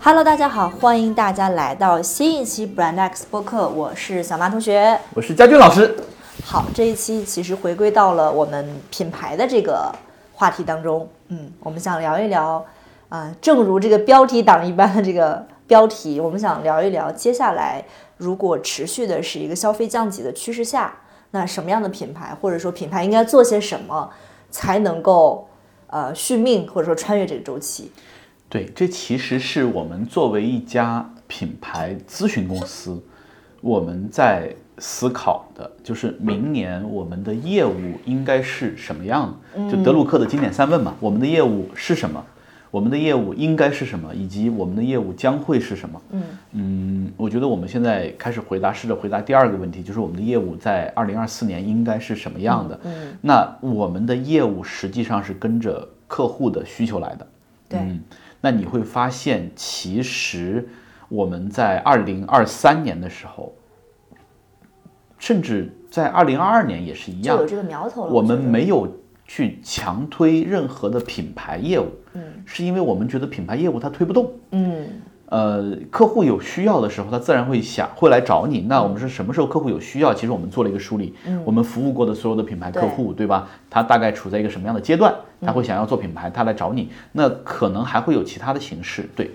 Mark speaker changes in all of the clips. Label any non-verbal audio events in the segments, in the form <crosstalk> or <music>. Speaker 1: Hello，大家好，欢迎大家来到新一期 Brand X 播客，我是小马同学。
Speaker 2: 我是佳军老师。
Speaker 1: 好，这一期其实回归到了我们品牌的这个话题当中。嗯，我们想聊一聊，啊、正如这个标题党一般的这个标题，我们想聊一聊，接下来如果持续的是一个消费降级的趋势下，那什么样的品牌，或者说品牌应该做些什么，才能够呃续命，或者说穿越这个周期？
Speaker 2: 对，这其实是我们作为一家品牌咨询公司，我们在思考的，就是明年我们的业务应该是什么样的？就德鲁克的经典三问嘛，我们的业务是什么？我们的业务应该是什么？以及我们的业务将会是什么？嗯我觉得我们现在开始回答，试着回答第二个问题，就是我们的业务在二零二四年应该是什么样的？嗯，那我们的业务实际上是跟着客户的需求来的。
Speaker 1: 对
Speaker 2: 嗯，那你会发现，其实我们在二零二三年的时候，甚至在二零二二年也是一
Speaker 1: 就
Speaker 2: 样
Speaker 1: 有，这个苗头了。
Speaker 2: 我们
Speaker 1: 觉得
Speaker 2: 没有去强推任何的品牌业务，嗯，是因为我们觉得品牌业务它推不动，
Speaker 1: 嗯，
Speaker 2: 呃，客户有需要的时候，他自然会想会来找你。
Speaker 1: 嗯
Speaker 2: 那我们是什么时候客户有需要？其实我们做了一个梳理，我们服务过的所有的品牌客户，对吧？他大概处在一个什么样的阶段？他会想要做品牌，他来找你。那可能还会有其他的形式。对，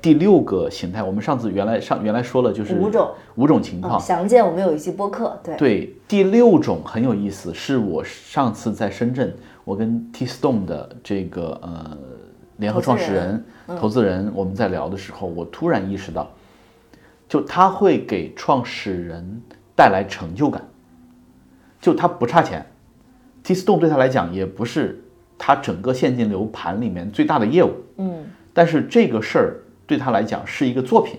Speaker 2: 第六个形态，我们上次原来上原来说了，就是
Speaker 1: 五种
Speaker 2: 五种情
Speaker 1: 嗯
Speaker 2: 况。
Speaker 1: 详见我们有一期播客，对，
Speaker 2: 啊对，第六种很有意思，是我上次在深圳，我跟 T Stone 的这个呃联合
Speaker 1: 投资
Speaker 2: 创始
Speaker 1: 人
Speaker 2: 人、嗯投资人，我们在聊的时候，我突然意识到，就他会给创始人带来成就感，就他不差钱，T Stone 对他来讲也不是他整个现金流盘里面最大的业务，
Speaker 1: 嗯
Speaker 2: 但是这个事儿对他来讲是一个作品。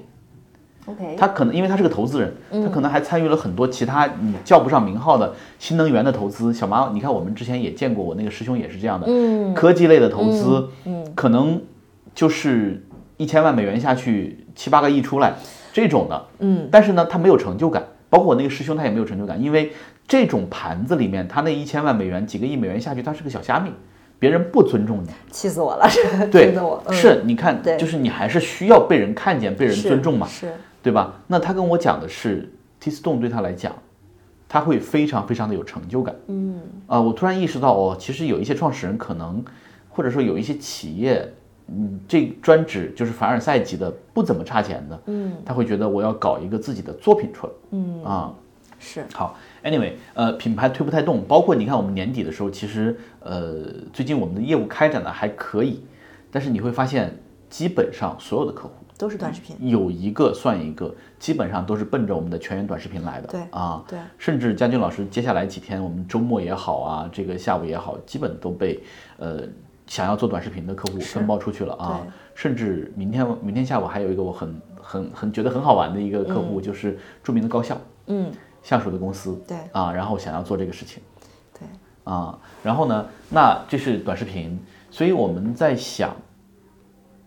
Speaker 1: ，OK，
Speaker 2: 他可能因为他是个投资人，
Speaker 1: 嗯
Speaker 2: 他可能还参与了很多其他你叫不上名号的新能源的投资。小马，你看我们之前也见过，我那个师兄也是这样的，
Speaker 1: 嗯
Speaker 2: 科技类的投资，可能就是一千万美元下去，七八个亿出来这种的，
Speaker 1: 嗯，
Speaker 2: 但是呢，他没有成就感。包括我那个师兄，他也没有成就感，因为这种盘子里面，他那一千万美元、几个亿美元下去，他是个小虾米，别人不尊重你。
Speaker 1: 气死我了，
Speaker 2: 对
Speaker 1: 真的我，嗯
Speaker 2: 是，你看
Speaker 1: 对，
Speaker 2: 就是你还是需要被人看见、被人
Speaker 1: 是
Speaker 2: 尊重嘛。
Speaker 1: 是，
Speaker 2: 对吧？那他跟我讲的是 T Stone 对他来讲，他会非常非常的有成就感。嗯，啊、我突然意识到哦，其实有一些创始人可能，或者说有一些企业，嗯，这专指就是凡尔赛级的，不怎么差钱的，嗯，他会觉得我要搞一个自己的作品出来，嗯啊，
Speaker 1: 是
Speaker 2: 好，anyway，呃，品牌推不太动，包括你看我们年底的时候，其实呃，最近我们的业务开展的还可以，但是你会发现，基本上所有的客户。
Speaker 1: 都是短视频，
Speaker 2: 有一个算一个，基本上都是奔着我们的全员短视频来的。
Speaker 1: 对
Speaker 2: 啊，
Speaker 1: 对，
Speaker 2: 甚至佳俊老师接下来几天，我们周末也好啊，这个下午也好，基本都被呃想要做短视频的客户分包出去了啊
Speaker 1: 对。
Speaker 2: 甚至明天明天下午还有一个我很很很觉得很好玩的一个客户，就是著名的高校
Speaker 1: 嗯，
Speaker 2: 下属的公司
Speaker 1: 对
Speaker 2: 啊，然后想要做这个事情。
Speaker 1: 对，
Speaker 2: 啊，然后呢，那这是短视频，所以我们在想，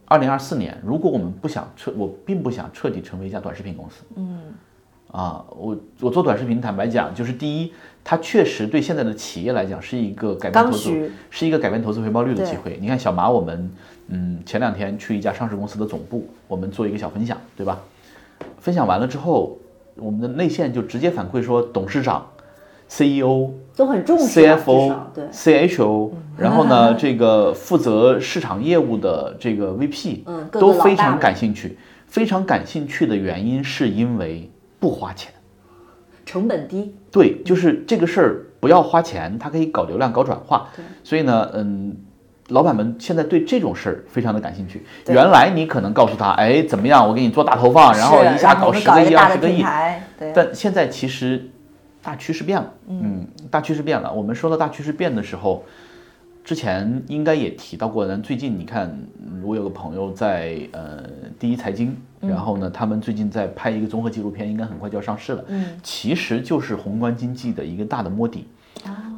Speaker 2: 二零二四年，如果我们不想彻，我并不想彻底成为一家短视频公司，嗯，啊，我我做短视频，坦白讲，就是第一，它确实对现在的企业来讲是一个改变
Speaker 1: 刚
Speaker 2: 投资
Speaker 1: 需，
Speaker 2: 是一个改变投资回报率的
Speaker 1: 对
Speaker 2: 机会。你看小马，我们嗯前两天去一家上市公司的总部，我们做一个小分享，对吧？分享完了之后，我们的内线就直接反馈说，董事长、CEO、E
Speaker 1: 都很重视啊
Speaker 2: CFO
Speaker 1: 至少、对，
Speaker 2: CHO，
Speaker 1: 嗯
Speaker 2: 然后呢， <laughs> 这个负责市场业务的这个 VP，
Speaker 1: 嗯各个
Speaker 2: 都
Speaker 1: 老
Speaker 2: 非
Speaker 1: 大
Speaker 2: 常
Speaker 1: 们
Speaker 2: 感兴趣。非常感兴趣的原因是因为不花钱。
Speaker 1: 成本低，
Speaker 2: 对，就是这个事儿不要花钱，它可以搞流量、搞转化。所以呢，嗯，老板们现在对这种事儿非常的感兴趣。
Speaker 1: 对
Speaker 2: 原来你可能告诉他，哎，怎么样，我给你做大投放，然后
Speaker 1: 是
Speaker 2: 一下
Speaker 1: 然后我
Speaker 2: 搞
Speaker 1: 们
Speaker 2: 十
Speaker 1: 搞
Speaker 2: 个
Speaker 1: 一
Speaker 2: 亿、
Speaker 1: 大
Speaker 2: 二
Speaker 1: 的
Speaker 2: 十个
Speaker 1: 品
Speaker 2: 亿，
Speaker 1: 牌，对，
Speaker 2: 但现在其实大趋势变了，啊嗯，大趋势变了。我们说到大趋势变的时候，之前应该也提到过，但最近你看，嗯我有个朋友在呃第一财经，然后呢，他们最近在拍一个综合纪录片，应该很快就要上市了，嗯，其实就是宏观经济的一个大的摸底。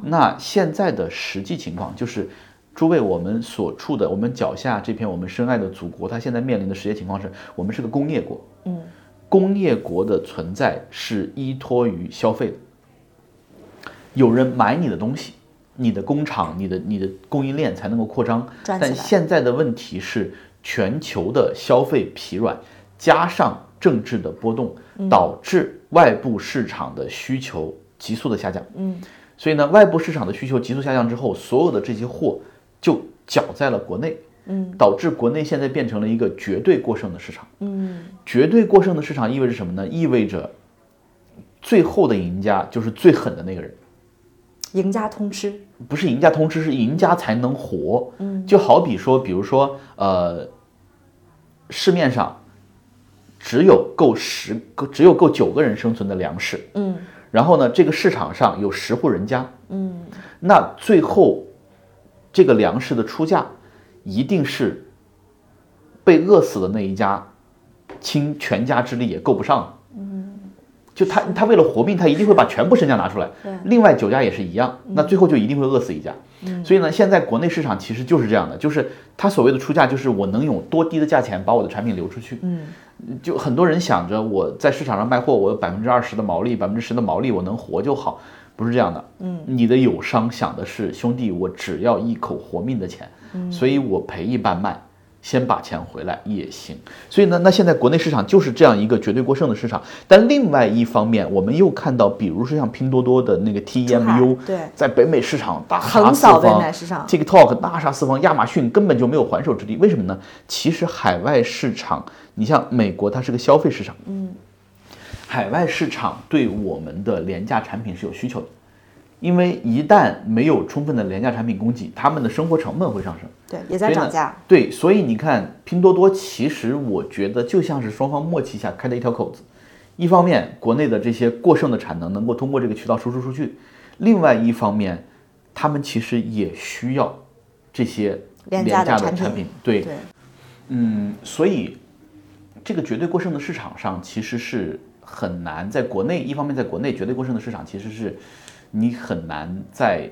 Speaker 2: 那现在的实际情况就是。诸位，我们所处的，我们脚下这片我们深爱的祖国，它现在面临的实际情况是，我们是个工业国，
Speaker 1: 嗯
Speaker 2: 工业国的存在是依托于消费的，有人买你的东西，你的工厂、你的你的供应链才能够扩张。
Speaker 1: 赚起来
Speaker 2: 但现在的问题是，全球的消费疲软，加上政治的波动，
Speaker 1: 嗯
Speaker 2: 导致外部市场的需求急速的下降。
Speaker 1: 嗯，
Speaker 2: 所以呢，外部市场的需求急速下降之后，所有的这些货就搅在了国内。
Speaker 1: 嗯，
Speaker 2: 导致国内现在变成了一个绝对过剩的市场。
Speaker 1: 嗯
Speaker 2: 绝对过剩的市场意味着什么呢？意味着最后的赢家就是最狠的那个人。
Speaker 1: 赢家通吃，
Speaker 2: 不是赢家通吃，是赢家才能活。嗯，就好比说，比如说，呃，市面上只有够十个，只有够九个人生存的粮食，
Speaker 1: 嗯
Speaker 2: 然后呢，这个市场上有十户人家，
Speaker 1: 嗯
Speaker 2: 那最后这个粮食的出价一定是被饿死的那一家，倾全家之力也够不上了。嗯，就他他为了活命，他一定会把全部身家拿出来
Speaker 1: 对。
Speaker 2: 另外九家也是一样，那最后就一定会饿死一家。
Speaker 1: 嗯
Speaker 2: 所以呢，现在国内市场其实就是这样的，就是它所谓的出价，就是我能用多低的价钱把我的产品流出去。
Speaker 1: 嗯
Speaker 2: 就很多人想着我在市场上卖货，我有百分之二十的毛利，百分之十的毛利，我能活就好，不是这样的。
Speaker 1: 嗯，
Speaker 2: 你的友商想的是，兄弟，我只要一口活命的钱，
Speaker 1: 嗯
Speaker 2: 所以我赔一半卖，先把钱回来也行。所以呢，那现在国内市场就是这样一个绝对过剩的市场。但另外一方面，我们又看到，比如说像拼多多的那个
Speaker 1: 出
Speaker 2: TMU，
Speaker 1: 海对
Speaker 2: 在北美市场 E 大杀
Speaker 1: 横
Speaker 2: 四
Speaker 1: 扫
Speaker 2: 方，
Speaker 1: 北美市场
Speaker 2: TikTok 大杀四方，亚马逊根本就没有还手之力。为什么呢？其实海外市场，你像美国，它是个消费市场，嗯，海外市场对我们的廉价产品是有需求的，因为一旦没有充分的廉价产品供给，他们的生活成本会上升。
Speaker 1: 对，也
Speaker 2: 所
Speaker 1: 在
Speaker 2: 以呢
Speaker 1: 涨价，。
Speaker 2: 对，所以你看，拼多多其实我觉得就像是双方默契下开的一条口子。一方面，国内的这些过剩的产能能够通过这个渠道输出出去；另外一方面，他们其实也需要这些
Speaker 1: 廉
Speaker 2: 廉
Speaker 1: 价的
Speaker 2: 价的
Speaker 1: 产
Speaker 2: 产
Speaker 1: 品
Speaker 2: 品。对，
Speaker 1: 对，
Speaker 2: 嗯，所以这个绝对过剩的市场上其实是很难在国内，一方面在国内绝对过剩的市场其实是你很难再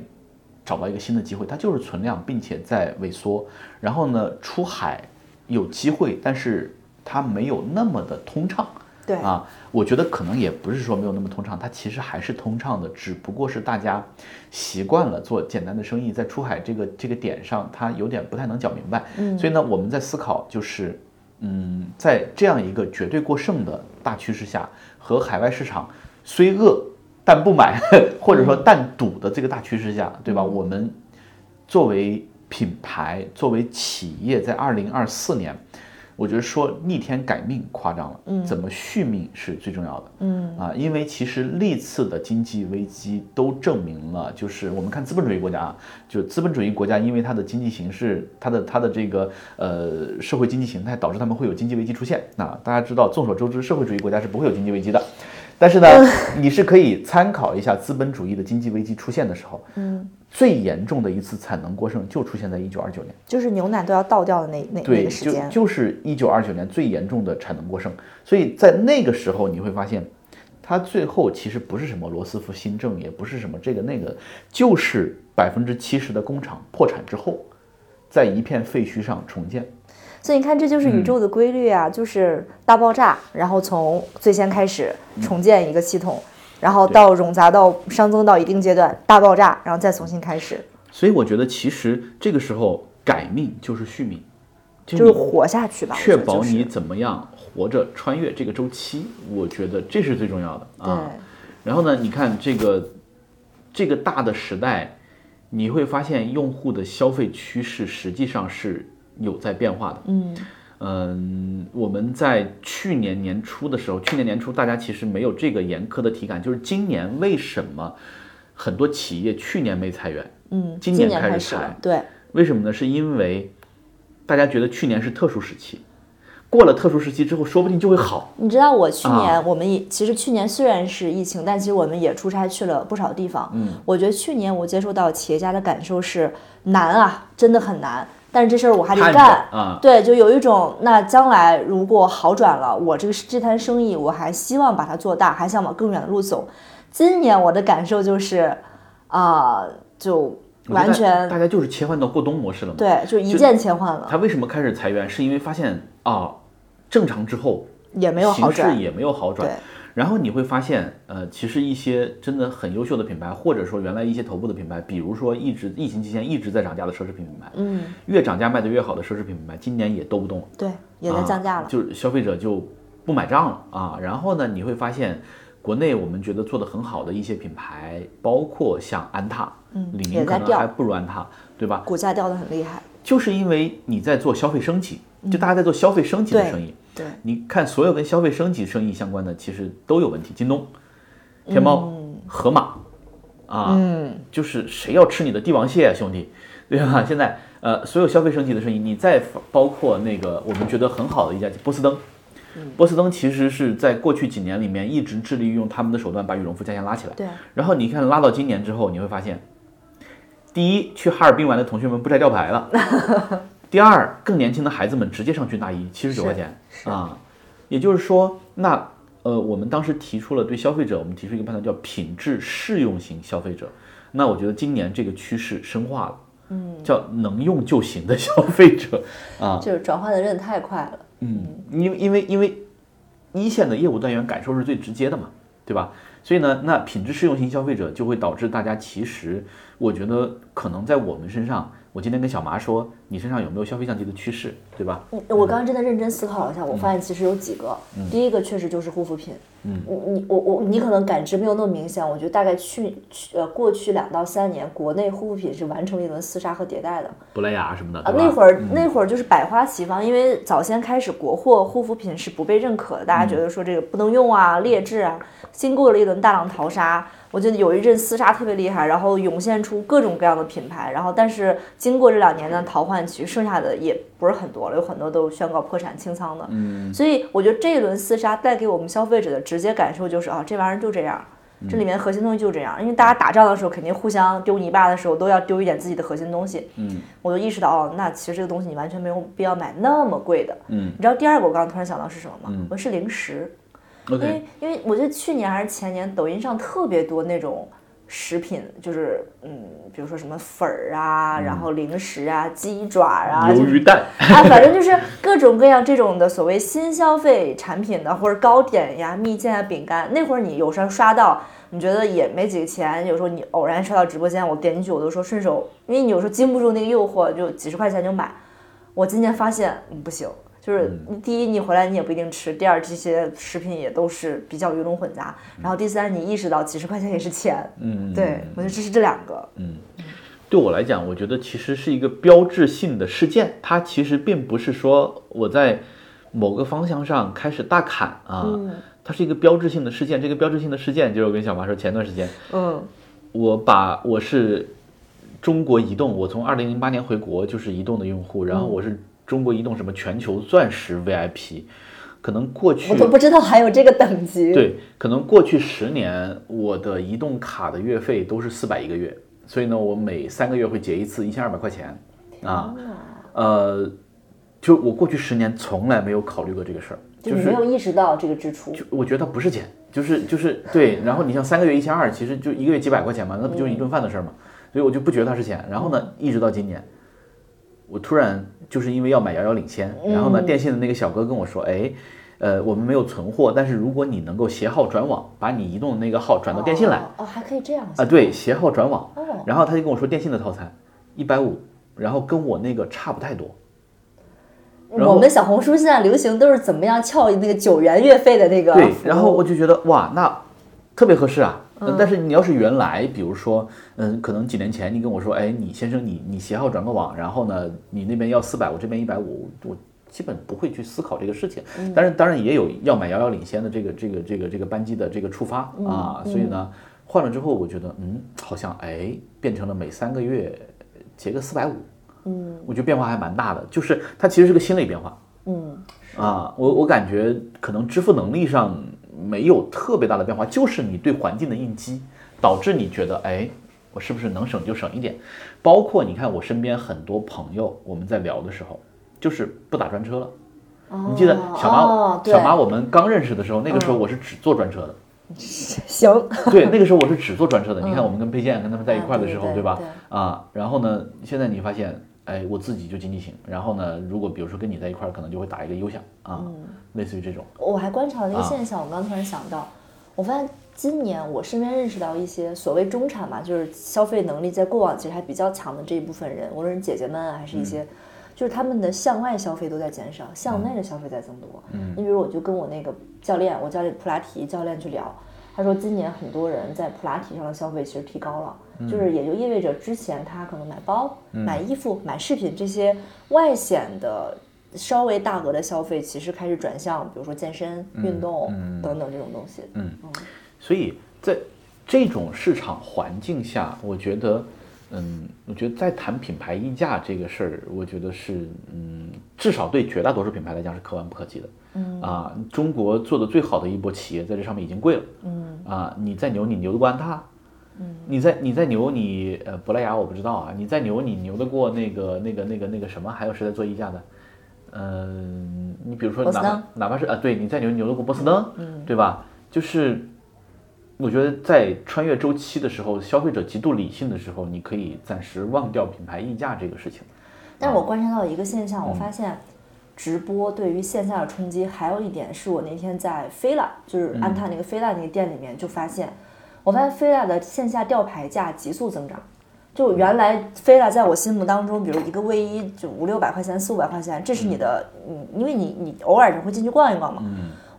Speaker 2: 找到一个新的机会，它就是存量并且在萎缩。然后呢，出海有机会，但是它没有那么的通畅。
Speaker 1: 对
Speaker 2: 啊，我觉得可能也不是说没有那么通畅，它其实还是通畅的，只不过是大家习惯了做简单的生意，在出海这个这个点上，它有点不太能讲明白。嗯，所以呢，我们在思考就是，嗯，在这样一个绝对过剩的大趋势下，和海外市场虽饿但不买， <laughs> 或者说但赌的这个大趋势下，对吧？我们作为品牌，作为企业，在二零二四年，我觉得说逆天改命夸张了，嗯，怎么续命是最重要的，嗯啊，因为其实历次的经济危机都证明了，就是我们看资本主义国家啊，就资本主义国家，因为它的经济形势，它的它的这个呃社会经济形态，导致他们会有经济危机出现。那大家知道，众所周知，社会主义国家是不会有经济危机的。但是呢，你是可以参考一下资本主义的经济危机出现的时候，嗯，最严重的一次产能过剩就出现在一九二九年。
Speaker 1: 就是牛奶都要倒掉的那那那
Speaker 2: 对，
Speaker 1: 个时
Speaker 2: 就
Speaker 1: 间，
Speaker 2: 就是一九二九年最严重的产能过剩，所以在那个时候你会发现，它最后其实不是什么罗斯福新政，也不是什么这个那个，就是百分之七十的工厂破产之后，在一片废墟上重建。
Speaker 1: 所以你看，这就是
Speaker 2: 嗯
Speaker 1: 宇宙的规律啊，就是大爆炸，然后从最先开始
Speaker 2: 嗯
Speaker 1: 重建一个系统，然后到冗杂到熵增到一定阶段，大爆炸，然后再重新开始，
Speaker 2: 所以我觉得其实这个时候改命就是续命，就
Speaker 1: 就是活下去吧。我
Speaker 2: 嗯确
Speaker 1: 觉得就
Speaker 2: 保
Speaker 1: 是
Speaker 2: 你怎么样活着穿越这个周期，我觉得这是最重要的
Speaker 1: 对
Speaker 2: 啊。然后呢，你看这个这个大的时代，你会发现用户的消费趋势实际上是有在变化的。
Speaker 1: 嗯
Speaker 2: 嗯，我们在去年年初的时候，去年年初大家其实没有这个严苛的体感，就是今年为什么很多企业去年没裁员，
Speaker 1: 嗯，
Speaker 2: 今
Speaker 1: 年
Speaker 2: 年开始
Speaker 1: 始
Speaker 2: 裁
Speaker 1: 了，对
Speaker 2: 为什么呢？是因为大家觉得去年是特殊时期，过了特殊时期之后，说不定就会好。
Speaker 1: 你知道我去年、
Speaker 2: 啊
Speaker 1: 我们也其实去年虽然是疫情，但其实我们也出差去了不少地方。嗯，我觉得去年我接受到企业家的感受是难啊，真的很难。但是这事儿我还得
Speaker 2: 盼着
Speaker 1: 干
Speaker 2: 啊
Speaker 1: 对，就有一种那将来如果好转了，我这个这摊生意我还希望把它做大，还想往更远的路走。今年我的感受就是，啊、就
Speaker 2: 我觉得
Speaker 1: 完全
Speaker 2: 大家就是切换到过冬模式了嘛。
Speaker 1: 对，就一键切换了，
Speaker 2: 他为什么开始裁员？是因为发现啊，正常之后
Speaker 1: 也没有好
Speaker 2: 形势
Speaker 1: 转。
Speaker 2: 也没有好转
Speaker 1: 对。
Speaker 2: 然后你会发现，呃，其实一些真的很优秀的品牌，或者说原来一些头部的品牌，比如说一直疫情期间一直在涨价的奢侈品品牌，
Speaker 1: 嗯，
Speaker 2: 越涨价卖得越好的奢侈品品牌，今年也兜不动了，
Speaker 1: 对，也在降价
Speaker 2: 啊
Speaker 1: 了，
Speaker 2: 就是消费者就不买账了啊。然后呢，你会发现，国内我们觉得做得很好的一些品牌，包括像安踏，嗯李宁
Speaker 1: 也在
Speaker 2: 可能
Speaker 1: 掉
Speaker 2: 还不如安踏，对吧？
Speaker 1: 股价掉得很厉害。
Speaker 2: 就是因为你在做消费升级，就大家在做消费升级的
Speaker 1: 对
Speaker 2: 生意。
Speaker 1: 对，
Speaker 2: 你看所有跟消费升级生意相关的，其实都有问题。京东、天猫、盒马啊，就是谁要吃你的帝王蟹啊，兄弟， <laughs> 对吧？现在呃，所有消费升级的生意，你再包括那个我们觉得很好的一家波司登。波司登其实是在过去几年里面一直致力于用他们的手段把羽绒服价钱拉起来。
Speaker 1: 对，
Speaker 2: 然后你看拉到今年之后，你会发现，第一，去哈尔滨玩的同学们不摘吊牌了；第二，更年轻的孩子们直接上军大衣，七十九块钱啊。也就是说，那呃，我们当时提出了对消费者，我们提出一个判断叫品质适用型消费者。那我觉得今年这个趋势深化了，嗯，叫能用就行的消费者啊。
Speaker 1: 就是转换的真的太快了。
Speaker 2: 嗯，因为因为因为一线的业务单元感受是最直接的嘛，对吧？所以呢，那品质适用型消费者就会导致大家其实，我觉得可能在我们身上，我今天跟小麻说，你身上有没有消费降级的趋势，对吧？
Speaker 1: 嗯我刚刚真的认真思考了一下，我发现其实有几个。第一个确实就是护肤品，嗯，你你我我你可能感知没有那么明显，我觉得大概去去呃过去两到三年，国内护肤品是完成了一轮厮杀和迭代的。
Speaker 2: 珀莱雅什么的，
Speaker 1: 啊，
Speaker 2: 对吧？嗯
Speaker 1: 那会儿那会儿就是百花齐放，因为早先开始国货护肤品是不被认可的，大家觉得说这个不能用啊，劣质啊。经过了一轮大浪淘沙，我觉得有一阵厮杀特别厉害，然后涌现出各种各样的品牌，然后但是经过这两年的淘换期，剩下的也不是很多了，有很多都宣告破产清仓的。嗯，所以我觉得这一轮厮杀带给我们消费者的直接感受就是啊，这玩意儿就这样。
Speaker 2: 嗯
Speaker 1: 这里面核心东西就这样，因为大家打仗的时候肯定互相丢泥巴的时候都要丢一点自己的核心东西。
Speaker 2: 嗯
Speaker 1: 我就意识到，哦，那其实这个东西你完全没有必要买那么贵的。
Speaker 2: 嗯，
Speaker 1: 你知道第二个我刚刚突然想到是什么吗？我是零食，因
Speaker 2: OK，
Speaker 1: 为因为我觉得去年还是前年，抖音上特别多那种食品，就是嗯，比如说什么粉儿啊，然后零食啊，鸡爪啊，
Speaker 2: 鱿
Speaker 1: 就是
Speaker 2: 鱼蛋，
Speaker 1: <laughs> 啊，反正就是各种各样这种的所谓新消费产品的，或者糕点呀、蜜饯啊、饼干。那会儿你有时候刷到，你觉得也没几个钱，有时候你偶然刷到直播间，我点进去我都说顺手，因为你有时候经不住那个诱惑，就几十块钱就买。我今年发现，嗯，不行。就是第一，你回来你也不一定吃；第二，这些食品也都是比较鱼龙混杂；然后第三，你意识到几十块钱也是钱。
Speaker 2: 嗯，
Speaker 1: 对，我觉得这是这两个。
Speaker 2: 对我来讲，我觉得其实是一个标志性的事件，它其实并不是说我在某个方向上开始大砍啊，
Speaker 1: 嗯
Speaker 2: 它是一个标志性的事件。这个标志性的事件就是我跟小马说，前段时间
Speaker 1: 嗯
Speaker 2: 我把我是中国移动，我从二零零八年回国就是移动的用户，然后我是中国移动什么全球钻石 VIP，可能过去
Speaker 1: 我都不知道还有哦这个等级。
Speaker 2: 对，可能过去十年我的移动卡的月费都是四百一个月，所以呢，我每三个月会结一次一千二百块钱啊，呃，就我过去十年从来没有考虑过这个事儿，
Speaker 1: 就
Speaker 2: 就是是
Speaker 1: 没有意识到这个支出。
Speaker 2: 就我觉得它不是钱，就是就是对。然后你像三个月一千二，其实就一个月几百块钱嘛，那不就是一顿饭的事儿嘛。所以我就不觉得它是钱。然后呢，一直到今年，我突然就是因为要买遥遥领先，
Speaker 1: 嗯
Speaker 2: 然后呢，电信的那个小哥跟我说，哎。呃，我们没有存货，但是如果你能够携号转网，把你移动的那个号转到电信来，
Speaker 1: 哦，哦还可以这样
Speaker 2: 啊，对，携号转网
Speaker 1: 哦，
Speaker 2: 然后他就跟我说电信的套餐一百五，然后跟我那个差不太多，然后
Speaker 1: 我们小红书现在流行都是怎么样撬那个九元月费的那个服务，嗯
Speaker 2: 对，然后我就觉得哇，那特别合适啊。呃但是你要是原来，比如说，嗯，可能几年前你跟我说，哎，你先生你你携号转个网，然后呢，你那边要四百，我这边一百五，我基本不会去思考这个事情。
Speaker 1: 嗯
Speaker 2: 但是当然也有要买遥遥领先的这个这个这个这个班机的这个触发
Speaker 1: 嗯
Speaker 2: 啊，所以呢，换了之后我觉得，嗯，好像哎变成了每三个月结个四百五，嗯，我觉得变化还蛮大的，就是它其实是个心理变化。啊，我我感觉可能支付能力上没有特别大的变化，就是你对环境的应激，导致你觉得，哎，我是不是能省就省一点？包括你看我身边很多朋友，我们在聊的时候，就是不打专车了。你记得小马、
Speaker 1: 哦对嗯
Speaker 2: 小马我们刚认识的时候，那个时候我是只坐专车的，
Speaker 1: 行，
Speaker 2: 对，那个时候我是只坐
Speaker 1: <laughs>
Speaker 2: 专车的。你看，我们跟佩剑跟他们在一块儿的时
Speaker 1: 嗯啊
Speaker 2: 候，
Speaker 1: 对对对
Speaker 2: 吧
Speaker 1: 对？
Speaker 2: 啊，然后呢，现在你发现，哎，我自己就经济型。然后呢，如果比如说跟
Speaker 1: 嗯
Speaker 2: 你在一块儿，可能就会打一个优享啊，类似于这种。
Speaker 1: 我还观察了一个现象，我刚突然想到，我发现今年我身边认识到一些所谓中产嘛，就是消费能力在过往其实还比较强的这一部分人，无论是姐姐们啊还是一
Speaker 2: 嗯
Speaker 1: 些，就是他们的向外消费都在减少，向内的消费在增多。嗯，你比如我就跟我那个教练，我教练普拉提教练去聊，他说今年很多人在普拉提上的消费其实提高了，就是也就意味着之前他可能买包、买衣服、买饰品这些外显的。稍微大额的消费，其实开始转向，比如说健身、运动、等等这种东西。嗯
Speaker 2: 所以在这种市场环境下，我觉得，嗯，我觉得在谈品牌溢价这个事儿，我觉得是，嗯，至少对绝大多数品牌来讲是可望不可及的。嗯啊，中国做的最好的一波企业在这上面已经跪了。嗯啊，你再牛，你牛得过安踏。嗯，你再你再牛你呃珀莱雅我不知道啊，你再牛你牛得过那个那个那个那个什么？还有谁在做溢价的？嗯，你比如说
Speaker 1: 波司
Speaker 2: 哪怕
Speaker 1: 登
Speaker 2: 哪怕是啊，对你再牛牛得过波司登，嗯，对吧？就是我觉得在穿越周期的时候，消费者极度理性的时候，你可以暂时忘掉品牌溢价这个事情。
Speaker 1: 但是我观察到一个现象，我发现直播对于线下的冲击，还有一点是我那天在菲拉，就是安踏那个菲拉那个店里面就发现，我发现菲拉的线下吊牌价急速增长。就原来菲拉在我心目当中，比如一个卫衣就五六百块钱、四五百块钱，这是你的，嗯，因为你你偶尔也会进去逛一逛嘛。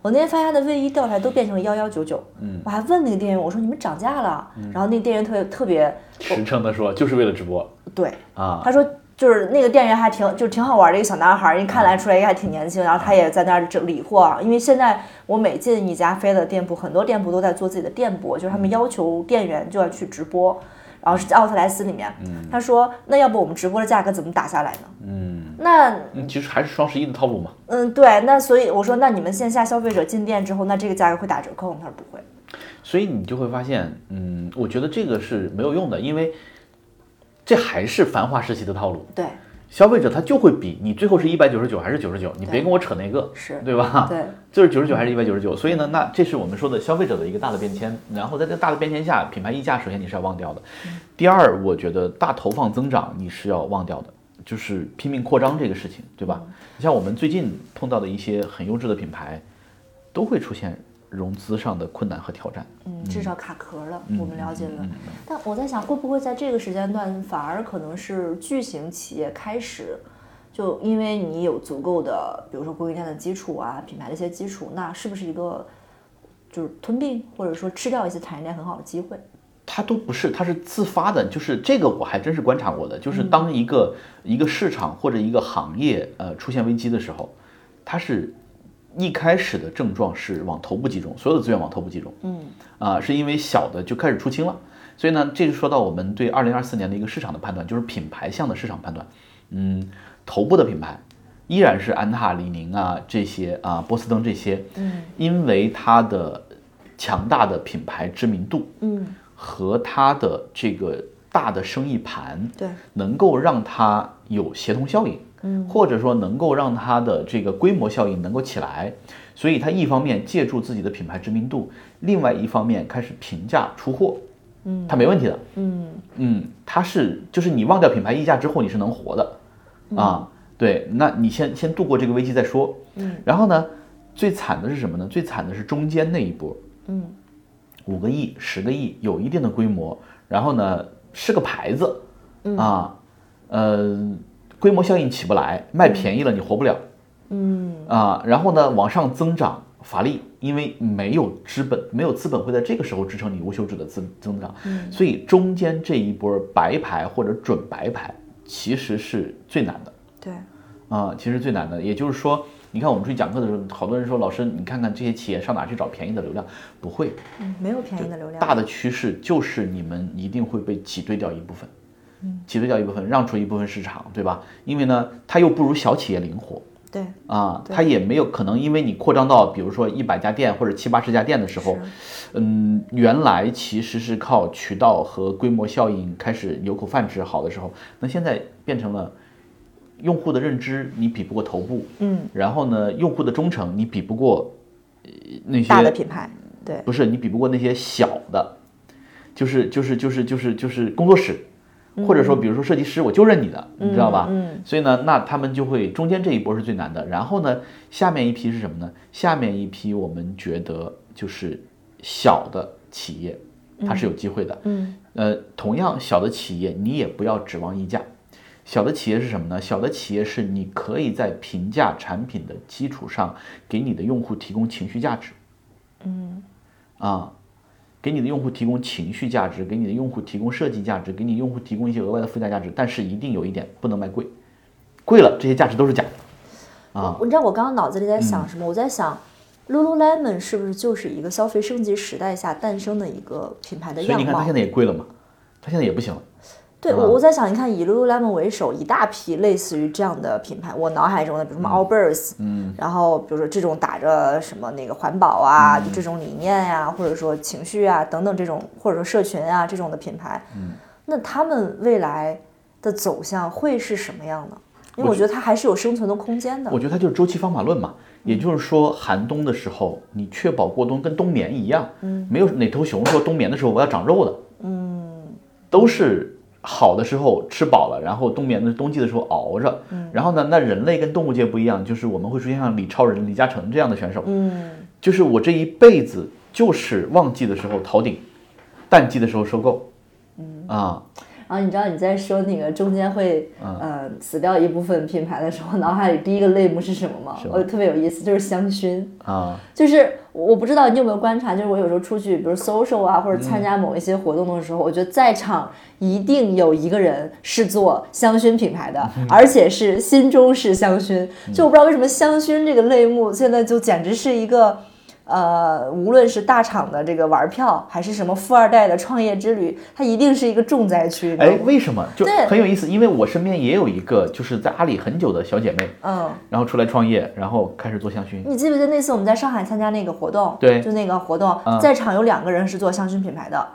Speaker 1: 我那天发现他的卫衣吊牌都变成了幺幺九九，我还问那个店员，我说你们涨价了？然后那店员特别特别
Speaker 2: 实诚的说，就是为了直播
Speaker 1: 对，
Speaker 2: 啊，
Speaker 1: 他说就是那个店员还挺就挺好玩的一个小男孩儿，人看来出来也还挺年轻，然后他也在那儿整理货。啊因为现在我每进一家飞的店铺，很多店铺都在做自己的店播，就是他们要求店员就要去直播。然后是在奥特莱斯里面，他说：“那要不我们直播的价格怎么打下来呢？”嗯，那
Speaker 2: 嗯，其实还是双十一的套路嘛。
Speaker 1: 嗯对，那所以我说，那你们线下消费者进店之后，那这个价格会打折扣吗？他说不会。
Speaker 2: 所以你就会发现，嗯，我觉得这个是没有用的，因为这还是繁华时期的套路。
Speaker 1: 对
Speaker 2: 消费者他就会比你最后是一百九十九还是九十九，你别跟我扯那个，
Speaker 1: 是
Speaker 2: 对吧？ <laughs>
Speaker 1: 对，
Speaker 2: 就是九十九还是一百九十九。所以呢，那这是我们说的消费者的一个大的变迁。然后在这大的变迁下，品牌溢价首先你是要忘掉的。第二，我觉得大投放增长你是要忘掉的，就是拼命扩张这个事情，对吧？你像我们最近碰到的一些很优质的品牌，都会出现融资上的困难和挑战。
Speaker 1: 嗯，至少卡壳了，
Speaker 2: 嗯
Speaker 1: 我们了解了。但我在想，会不会在这个时间段，反而可能是巨型企业开始，就因为你有足够的，比如说供应链的基础啊，品牌的一些基础，那是不是一个就是吞并或者说吃掉一些产业链很好的机会？
Speaker 2: 它都不是，它是自发的，就是这个我还真是观察过的，就是当一个、一个市场或者一个行业呃出现危机的时候，它是一开始的症状是往头部集中，所有的资源往头部集中，嗯，啊、是因为小的就开始出清了，所以呢，这就说到我们对二零二四年的一个市场的判断，就是品牌向的市场判断，嗯，头部的品牌依然是安踏、李宁啊这些啊，波司登这些，嗯，因为它的强大的品牌知名度，
Speaker 1: 嗯，
Speaker 2: 和它的这个大的生意盘，
Speaker 1: 对，
Speaker 2: 能够让它有协同效应，嗯，或者说能够让它的这个规模效应能够起来，所以它一方面借助自己的品牌知名度，另外一方面开始平价出货，嗯，它没问题的，嗯嗯，它是就是你忘掉品牌溢价之后，你是能活的，啊，对，那你先先度过这个危机再说，嗯，然后呢，最惨的是什么呢？最惨的是中间那一波，五个亿、十个亿，有一定的规模，然后呢是个牌子，啊，呃，规模效应起不来，卖便宜了你活不了，嗯啊，然后呢往上增长乏力，因为没有资本，没有资本会在这个时候支撑你无休止的增增长，所以中间这一波白牌或者准白牌其实是最难的，
Speaker 1: 对，
Speaker 2: 啊，其实最难的，也就是说，你看我们出去讲课的时候，好多人说老师，你看看这些企业上哪去找便宜的流量？不会，
Speaker 1: 嗯，没有便宜的流量。
Speaker 2: 大的趋势就是你们一定会被挤兑掉一部分，
Speaker 1: 嗯
Speaker 2: 挤兑掉一部分，让出一部分市场，对吧？因为呢，它又不如小企业灵活
Speaker 1: 对，
Speaker 2: 啊，它也没有可能，因为你扩张到比如说一百家店或者七八十家店的时候，嗯，原来其实是靠渠道和规模效应开始有口饭吃好的时候，那现在变成了。用户的认知你比不过头部，
Speaker 1: 嗯，
Speaker 2: 然后呢，用户的忠诚你比不过呃那些
Speaker 1: 大的品牌，对，
Speaker 2: 不是你比不过那些小的，就是就是就是就是就是工作室，或者说比如说设计师，我就认你的，你知道吧？
Speaker 1: 嗯
Speaker 2: 所以呢，那他们就会中间这一波是最难的。然后呢，下面一批是什么呢？下面一批我们觉得就是小的企业，它是有机会的。
Speaker 1: 嗯
Speaker 2: 呃，同样小的企业，你也不要指望溢价。小的企业是什么呢？小的企业是你可以在平价产品的基础上，给你的用户提供情绪价值。嗯，啊，给你的用户提供情绪价值，给你的用户提供设计价值，给你用户提供一些额外的附加价值。但是一定有一点，不能卖贵，贵了这些价值都是假的。啊嗯
Speaker 1: 我你知道我刚刚脑子里在想什么？我在想，Lululemon 是不是就是一个消费升级时代下诞生的一个品牌的
Speaker 2: 所以
Speaker 1: 哎样
Speaker 2: 你看，它
Speaker 1: 貌
Speaker 2: 现？在也贵了嘛，它现在也不行了。
Speaker 1: 对，我我在想，你看以 Lululemon 为首，一大批类似于这样的品牌，我脑海中的，比如什么 Allbirds，嗯，然后比如说这种打着什么那个环保啊，就这种理念呀、或者说情绪啊等等这种，或者说社群啊这种的品牌，嗯，那他们未来的走向会是什么样呢？因为我觉得它还是有生存的空间的
Speaker 2: 我。觉得它就是周期方法论嘛，也就是说，寒冬的时候，你确保过冬跟冬眠一样，嗯，没有哪头熊说冬眠的时候我要长肉的，嗯，都是好的时候吃饱了，然后冬眠的冬季的时候熬着，嗯，然后呢，那人类跟动物界不一样，就是我们会出现像李超人、李嘉诚这样的选手，
Speaker 1: 嗯，
Speaker 2: 就是我这一辈子就是旺季的时候逃顶，淡季的时候收购，嗯啊，
Speaker 1: 然后你知道你在说那个中间会呃死掉一部分品牌的时候，脑海里第一个类目是什么吗？
Speaker 2: 是吗
Speaker 1: 我特别有意思，就是香薰。
Speaker 2: 啊，
Speaker 1: 就是我不知道你有没有观察，就是我有时候出去，比如 social 啊，或者参加某一些活动的时候，我觉得在场一定有一个人是做香薰品牌的， <laughs> 而且是新中式香薰。就我不知道为什么香薰这个类目现在就简直是一个。呃，无论是大厂的这个玩票，还是什么富二代的创业之旅，它一定是一个重灾区。你知道
Speaker 2: 哎
Speaker 1: 吗，
Speaker 2: 为什么就
Speaker 1: 对
Speaker 2: 很有意思？因为我身边也有一个就是在阿里很久的小姐妹。
Speaker 1: 嗯，
Speaker 2: 然后出来创业，然后开始做香薰。
Speaker 1: 你记不记得那次我们在上海参加那个活动？
Speaker 2: 对
Speaker 1: 就那个活动，
Speaker 2: 嗯
Speaker 1: 在场有两个人是做香薰品牌的，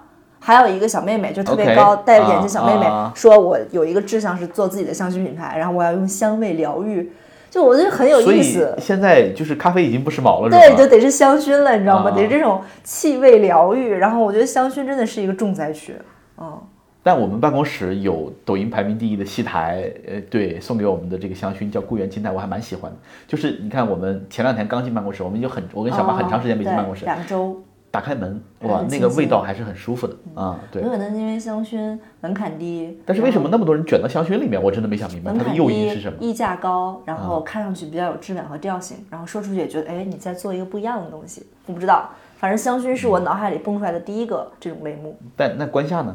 Speaker 1: 还有一个小妹妹，就特别
Speaker 2: OK，
Speaker 1: 高戴着眼镜小妹妹，
Speaker 2: 啊啊
Speaker 1: 说我有一个志向是做自己的香薰品牌，然后我要用香味疗愈，就我觉得很有
Speaker 2: 所
Speaker 1: 意
Speaker 2: 以
Speaker 1: 思。
Speaker 2: 现在就是咖啡已经不时髦了，
Speaker 1: 对，
Speaker 2: 是
Speaker 1: 就
Speaker 2: 吧？
Speaker 1: 得是香薰了，你知道吗？
Speaker 2: 啊
Speaker 1: 得是这种气味疗愈。然后我觉得香薰真的是一个重灾区。嗯，
Speaker 2: 但我们办公室有抖音排名第一的戏台，呃，对，送给我们的这个香薰叫故园青苔，我还蛮喜欢的。就是你看，我们前两天刚进办公室，我们就很，我跟小巴很长时间没进
Speaker 1: 哦
Speaker 2: 办公室，
Speaker 1: 对两周。
Speaker 2: 打开门，
Speaker 1: 很嗯
Speaker 2: 哇，那
Speaker 1: 清
Speaker 2: 个
Speaker 1: 新
Speaker 2: 味道还是很舒服的啊、对
Speaker 1: 有。可能是因为香薰门槛低，
Speaker 2: 但是为
Speaker 1: 然后
Speaker 2: 什么那么多人卷到香薰里面？我真的没想明白
Speaker 1: 门
Speaker 2: 它
Speaker 1: 槛
Speaker 2: 的
Speaker 1: 低，
Speaker 2: 诱因是什么。嗯
Speaker 1: 溢价高，然后看上去比较有质感和调性，然后说出去也觉得，哎，你在做一个不一样的东西。我不知道，反正香薰是
Speaker 2: 嗯
Speaker 1: 我脑海里蹦出来的第一个这种类目。
Speaker 2: 但那关下呢？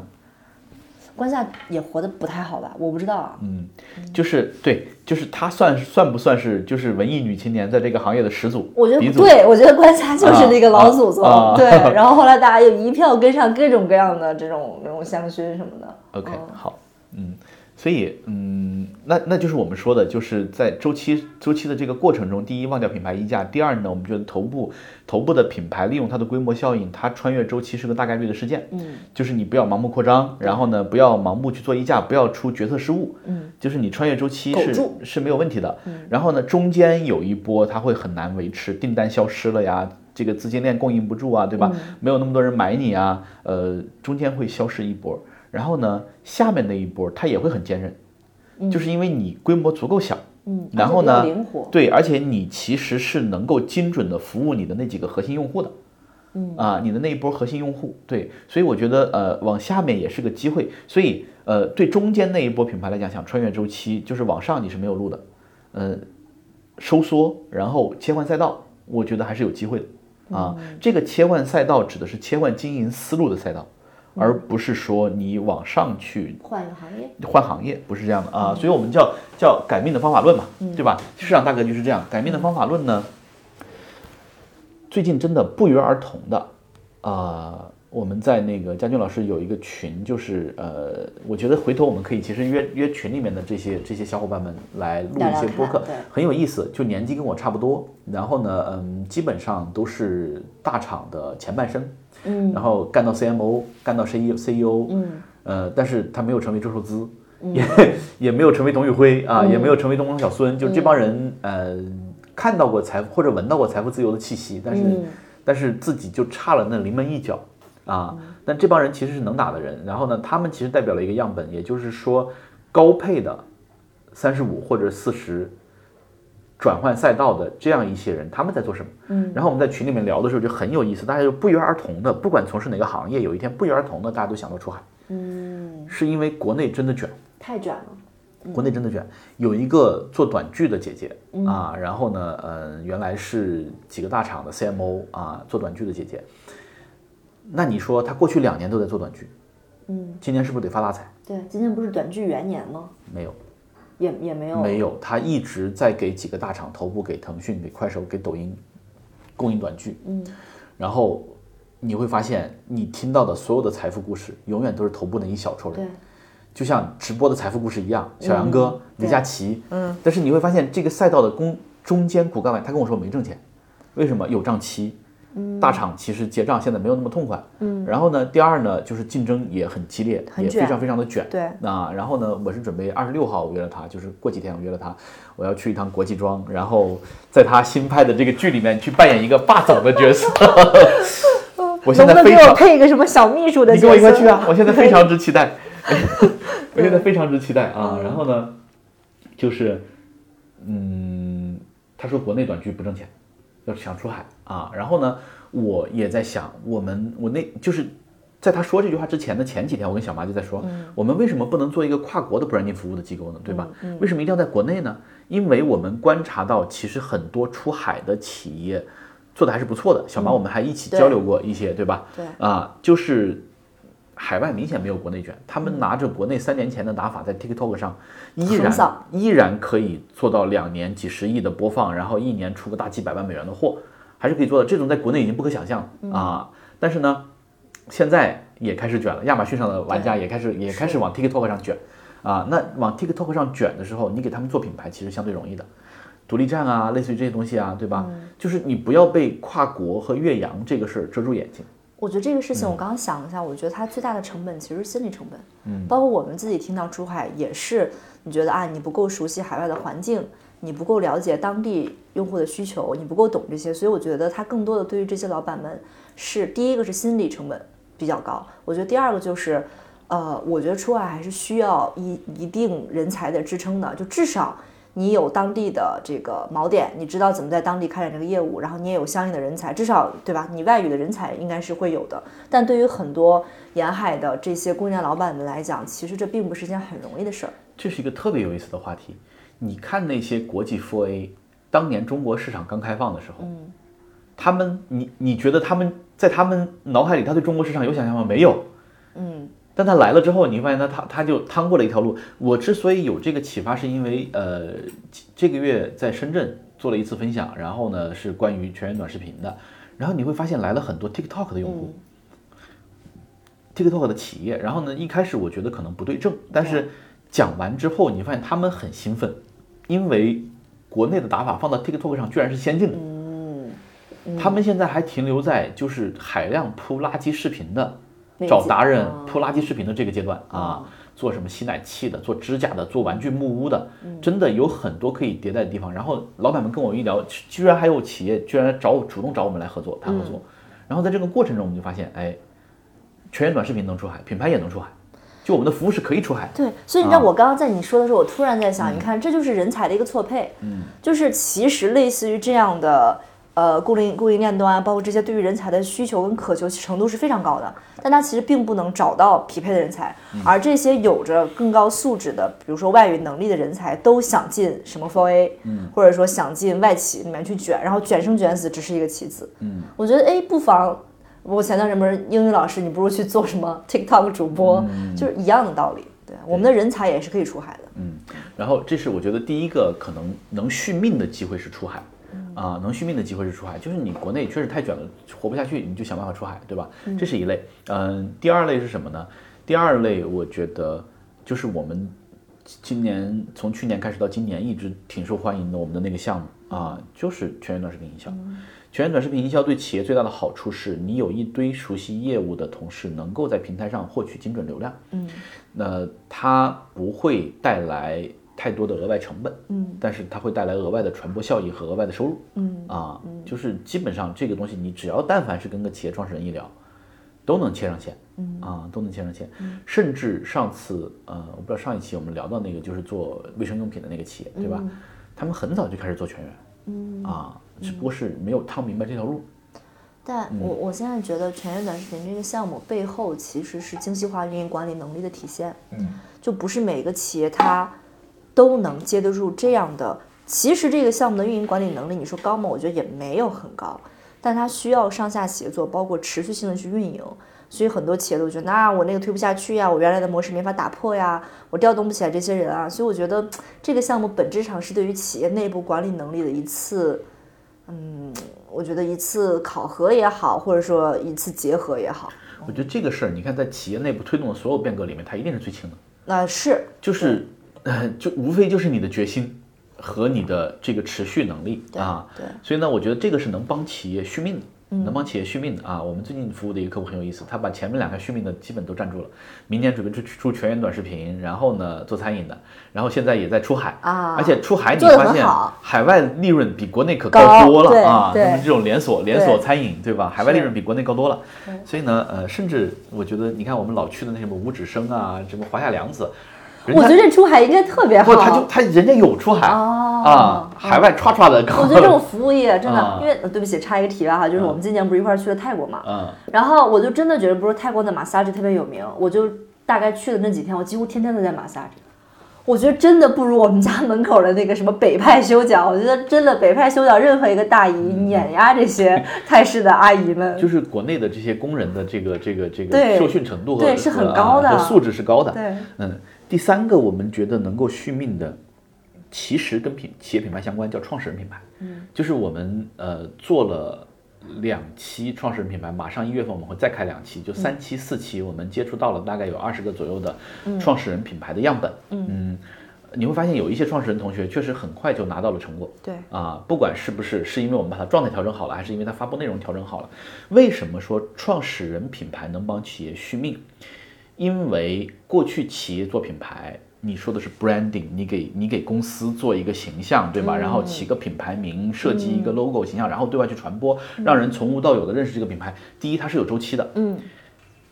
Speaker 1: 关夏也活得不太好吧？我不知道啊。
Speaker 2: 嗯，就是对，就是她算算不算是就是文艺女青年在这个行业的始祖？
Speaker 1: 我觉
Speaker 2: 鼻
Speaker 1: 得
Speaker 2: 祖
Speaker 1: 对，我觉得关
Speaker 2: <laughs>
Speaker 1: 夏就是那个老祖宗，
Speaker 2: 啊啊 <laughs>
Speaker 1: 对。然后后来大家又一票跟上各种各样的这种这种香薰什么的。
Speaker 2: OK，
Speaker 1: 嗯
Speaker 2: 好，嗯，所以嗯，那那就是我们说的，就是在周期周期的这个过程中，第一忘掉品牌溢价，第二呢，我们觉得头部头部的品牌利用它的规模效应，它穿越周期是个大概率的事件，
Speaker 1: 嗯，
Speaker 2: 就是你不要盲目扩张，然后呢，不要盲目去做溢价，不要出决策失误，
Speaker 1: 嗯，
Speaker 2: 就是你穿越周期
Speaker 1: 苟
Speaker 2: 是
Speaker 1: 住嗯
Speaker 2: 是没有问题的，然后呢，中间有一波它会很难维持，订单消失了呀。这个资金链供应不住啊，对吧？
Speaker 1: 嗯
Speaker 2: 没有那么多人买你啊，呃，中间会消失一波，然后呢，下面那一波它也会很坚韧，就是因为你规模足够小，
Speaker 1: 嗯，
Speaker 2: 然后呢
Speaker 1: 而且比较灵活，
Speaker 2: 对，而且你其实是能够精准的服务你的那几个核心用户的，嗯啊，你的那一波核心用户，对，所以我觉得呃，往下面也是个机会，所以呃，对中间那一波品牌来讲，想穿越周期，就是往上你是没有路的，呃，收缩，然后切换赛道，我觉得还是有机会的啊。这个切换赛道指的是切换经营思路的赛道，而不是说你往上去
Speaker 1: 换一个行业。
Speaker 2: 换行业不是这样的
Speaker 1: 嗯
Speaker 2: 啊，所以我们叫叫改命的方法论嘛，对吧？市场大格局是这样，改命的方法论呢，最近真的不约而同的，呃，我们在那个家俊老师有一个群，就是呃，我觉得回头我们可以其实约约群里面的这些这些小伙伴们来录
Speaker 1: 聊
Speaker 2: 一
Speaker 1: 聊
Speaker 2: 些
Speaker 1: 看
Speaker 2: 播客
Speaker 1: 对，
Speaker 2: 很有意思，就年纪跟我差不多，然后呢，嗯，基本上都是大厂的前半生，
Speaker 1: 嗯，
Speaker 2: 然后干到 CMO，干到 E CEO CEO，
Speaker 1: 嗯，
Speaker 2: 呃，但是他没有成为周受资，也也没有成为董宇辉啊，也没有成为东方小孙，就这帮人呃，看到过财富或者闻到过财富自由的气息，但是
Speaker 1: 嗯
Speaker 2: 但是自己就差了那临门一脚啊。但这帮人其实是能打的人，然后呢，他们其实代表了一个样本，也就是说高配的三十五或者四十转换赛道的这样一些人，他们在做什么？嗯，然后我们在群里面聊的时候就很有意思，大家就不约而同的，不管从事哪个行业，有一天不约而同的大家都想到出海，嗯，是因为国内真的卷，
Speaker 1: 太卷了。
Speaker 2: 国内真的卷。有一个做短剧的姐姐、啊，然后呢，呃，原来是几个大厂的 CMO 啊，做短剧的姐姐。那你说她过去两年都在做短剧，嗯，今年是不是得发大财？
Speaker 1: 对，今年不是短剧元年吗？
Speaker 2: 没有，
Speaker 1: 也也没有，
Speaker 2: 没有，她一直在给几个大厂头部，给腾讯、给快手、给抖音供应短剧。嗯，然后你会发现，你听到的所有的财富故事，永远都是头部的一小撮人。
Speaker 1: 对，
Speaker 2: 就像直播的财富故事一样，
Speaker 1: 嗯
Speaker 2: 小杨哥、李佳琦，嗯，但是你会发现这个赛道的中中间骨干位，他跟我说没挣钱，为什么？有账期，
Speaker 1: 嗯
Speaker 2: 大厂其实结账现在没有那么痛快，嗯，然后呢，第二呢，就是竞争也很激烈，
Speaker 1: 很
Speaker 2: 也
Speaker 1: 卷
Speaker 2: 非常非常的卷，
Speaker 1: 对
Speaker 2: 啊，然后呢，我是准备二十六号我约了他，就是过几天我约了他，我要去一趟国际庄，然后在他新拍的这个剧里面去扮演一个霸总的
Speaker 1: <laughs>
Speaker 2: 角色，我现在
Speaker 1: 能不
Speaker 2: 非
Speaker 1: 能给我
Speaker 2: 常，
Speaker 1: 配一个什么小秘书的
Speaker 2: 你
Speaker 1: 角
Speaker 2: 跟
Speaker 1: 色？
Speaker 2: 我一块去
Speaker 1: <laughs>
Speaker 2: 啊，我现在非常之期待。我现在非常之期待啊。然后呢，就是，嗯，他说国内短剧不挣钱，要想出海啊。然后呢，我也在想，我们我那就是在他说这句话之前的前几天，我跟小麻就在说，
Speaker 1: 嗯
Speaker 2: 我们为什么不能做一个跨国的 branding 服务的机构呢？对吧？
Speaker 1: 嗯
Speaker 2: 为什么一定要在国内呢？因为我们观察到，其实很多出海的企业。做的还是不错的，小麻我们还一起
Speaker 1: 嗯对
Speaker 2: 交流过一些，对吧？
Speaker 1: 对
Speaker 2: 啊，就是海外明显没有国内卷，他们拿着国内三年前的打法，在 TikTok 上依
Speaker 1: 横
Speaker 2: 然
Speaker 1: 扫
Speaker 2: 依然可以做到两年几十亿的播放，然后一年出个大几百万美元的货，还是可以做到。这种在国内已经不可想象
Speaker 1: 嗯
Speaker 2: 了啊！但是呢，现在也开始卷了，亚马逊上的玩家也开始也开始往 TikTok 上卷啊。那往 TikTok 上卷的时候，你给他们做品牌其实相对容易的。独立站啊，类似于这些东西啊，对吧？
Speaker 1: 嗯
Speaker 2: 就是你不要被跨国和越洋这个事儿遮住眼睛。
Speaker 1: 我觉得这个
Speaker 2: 嗯
Speaker 1: 事情，我刚刚想了一下，我觉得它最大的成本其实是心理成本。嗯，包括我们自己听到珠海也是，你觉得啊，你不够熟悉海外的环境，你不够了解当地用户的需求，你不够懂这些，所以我觉得它更多的对于这些老板们是第一个是心理成本比较高，我觉得第二个就是。呃，我觉得出海还是需要一一定人才的支撑的，就至少你有当地的这个锚点，你知道怎么在当地开展这个业务，然后你也有相应的人才，至少对吧？你外语的人才应该是会有的。但对于很多沿海的这些姑娘老板们来讲，其实这并不是一件很容易的事儿。
Speaker 2: 这是一个特别有意思的话题。你看那些国际 f A，当年中国市场刚开放的时候，他们，你你觉得他们在他们脑海里，他对中国市场有想象吗？没有。
Speaker 1: 嗯，
Speaker 2: 但他来了之后，你会发现他他他就趟过了一条路。我之所以有这个启发，是因为呃，这这个月在深圳做了一次分享，然后呢是关于全员短视频的，然后你会发现来了很多 TikTok 的用户。TikTok 的企业，然后呢，一开始我觉得可能不对症，但是讲完之后，你发现他们很兴奋，因为国内的打法放到 TikTok 上居然是先进的。他们现在还停留在就是海量铺垃圾视频的
Speaker 1: 那
Speaker 2: 找
Speaker 1: 几
Speaker 2: 达人
Speaker 1: 啊
Speaker 2: 铺垃圾视频的这个阶段啊，做什么吸奶器的，做指甲的，做玩具木屋的，真的有很多可以迭代的地方。然后老板们跟我一聊，居居然还有企业居然找我主动找我们来合作谈合作。然后在这个过程中，我们就发现，哎，全员短视频能出海，品牌也能出海，就我们的服务是可以出海的。
Speaker 1: 对，所以你知道
Speaker 2: 啊
Speaker 1: 我刚刚在你说的时候，我突然在想，你看这就是人才的一个错配，嗯，就是其实类似于这样的。呃，供应供应链端，包括这些对于人才的需求跟渴求程度是非常高的，但它其实并不能找到匹配的人才，而这些有着更高素质的，比如说外语能力的人才，都想进什么 f A，、嗯、或者说想进外企里面去卷，然后卷生卷死只是一个棋子。嗯，我觉得哎，不妨我前段时间不是英语老师，你不如去做什么 TikTok 主播，就是一样的道理。对，我们的人才也是可以出海的。
Speaker 2: 然后这是我觉得第一个可能能续命的机会是出海，啊，能续命的机会是出海，就是你国内确实太卷了，活不下去，你就想办法出海，对吧？这是一类。嗯，第二类是什么呢？第二类我觉得就是我们今年从去年开始到今年一直挺受欢迎的我们的那个项目啊，就是全员短视频营销。全员短视频营销对企业最大的好处是，你有一堆熟悉业务的同事，能够在平台上获取精准流量。嗯，那它不会带来太多的额外成本。嗯，但是它会带来额外的传播效益和额外的收入。嗯啊，就是基本上这个东西，你只要但凡是跟个企业创始人一聊，都能切上线。嗯啊，都能切上线。甚至上次呃，我不知道上一期我们聊到那个就是做卫生用品的那个企业，对吧？他他们很早就开始做全员，嗯啊，只不过是没有趟明白这条路。
Speaker 1: 但我我现在觉得全员短视频这个项目背后其实是精细化运营管理能力的体现，
Speaker 2: 嗯，
Speaker 1: 就不是每个企业它都能接得住这样的。其实这个项目的运营管理能力，你说高吗？我觉得也没有很高，但它需要上下协作，包括持续性的去运营。所以很多企业都觉得，那我那个推不下去呀，我原来的模式没法打破呀，我调动不起来这些人啊。所以我觉得这个项目本质上是对于企业内部管理能力的一次，嗯，我觉得一次考核也好，或者说一次结合也好，
Speaker 2: 我觉得这个事儿，你看在企业内部推动的所有变革里面，它一定是最轻的，
Speaker 1: 那是
Speaker 2: 就是，呃就无非就是你的决心和你的这个持续能力啊。
Speaker 1: 对嗯
Speaker 2: 所以呢，我觉得这个是能帮企业续命的，能帮企业续命的啊。我们最近服务的一个客户很有意思，他把前面两个续命的基本都占住了，明年准备出出全员短视频，然后呢做餐饮的，然后现在也在出海
Speaker 1: 啊
Speaker 2: 而且出海你
Speaker 1: 做得很
Speaker 2: 发现
Speaker 1: 好
Speaker 2: 海外利润比国内可
Speaker 1: 高
Speaker 2: 多
Speaker 1: 对
Speaker 2: 了啊，
Speaker 1: 对
Speaker 2: 他们这种连锁连锁
Speaker 1: 对
Speaker 2: 餐饮对吧？海外利
Speaker 1: 是
Speaker 2: 润比国内高多了，所以呢，呃，甚至我觉得你看我们老去的那什么五指生啊，什么华夏良子，人
Speaker 1: 我
Speaker 2: 家
Speaker 1: 觉得这出海应该特别好。
Speaker 2: 哎不，他就他人家有出海
Speaker 1: 哦
Speaker 2: 啊，海外歘歘的高
Speaker 1: 我觉得这种服务业真的
Speaker 2: 啊，
Speaker 1: 因为呃对不起，插一个题外哈，就是我们今年不是一块儿去了泰国嘛，
Speaker 2: <laughs> 嗯，
Speaker 1: 然后我就真的觉得，不是泰国的马萨 a 特别有名，我就大概去的那几天，我几乎天天都在马萨 a 我觉得真的不如我们家门口的那个什么北派修脚，我觉得真的北派修脚任何一个大姨碾压这些泰式的阿姨们。
Speaker 2: 嗯就是国内的这些工人的这个这个这
Speaker 1: 对
Speaker 2: 个受训程度和
Speaker 1: 对是很
Speaker 2: 和啊
Speaker 1: 高的
Speaker 2: 和素质是高的。
Speaker 1: 对，
Speaker 2: 嗯，第三个我们觉得能够续命的，其实跟品企业品牌相关，叫创始人品牌。嗯，就是我们呃做了两期创始人品牌，马上一月份我们会再开两期，就
Speaker 1: 嗯
Speaker 2: 三期、四期，我们接触到了大概有二十个左右的创始人品牌的样本。嗯。你会发现有一些创始人同学确实很快就拿到了成果，
Speaker 1: 对
Speaker 2: 啊，不管是不是是因为我们把它状态调整好了，还是因为它发布内容调整好了，为什么说创始人品牌能帮企业续命？因为过去企业做品牌，你说的是 branding，你给你给公司做一个形象，对吧？然
Speaker 1: 嗯
Speaker 2: 后起个品牌名，设计一个 logo 形象，然后对外去传播，让人从无到有的认识这个品牌。第一，它是有周期的，
Speaker 1: 嗯，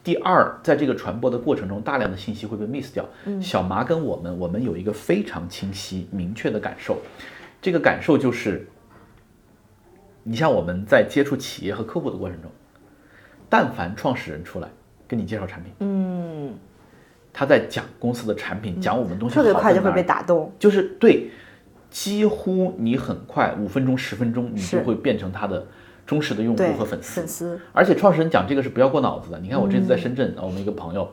Speaker 2: 第二，在这个传播的过程中，大量的信息会被 miss 掉。
Speaker 1: 嗯
Speaker 2: 小麻跟我们，我们有一个非常清晰、明确的感受，这个感受就是，你像我们在接触企业和客户的过程中，但凡创始人出来跟你介绍产品，嗯，他在讲公司的产品，讲我们东西
Speaker 1: 嗯特别
Speaker 2: 嗯好
Speaker 1: 快
Speaker 2: 在
Speaker 1: 就会
Speaker 2: 哪
Speaker 1: 被
Speaker 2: 儿，
Speaker 1: 打动。
Speaker 2: 就是对，几乎你很快五分钟、十分钟，你
Speaker 1: 是
Speaker 2: 就会变成他的忠实的用户
Speaker 1: 对，
Speaker 2: 和粉丝。
Speaker 1: 粉丝嗯
Speaker 2: 而且创始人讲这个是不要过脑子的。你看我这次在深圳，我们一个朋友，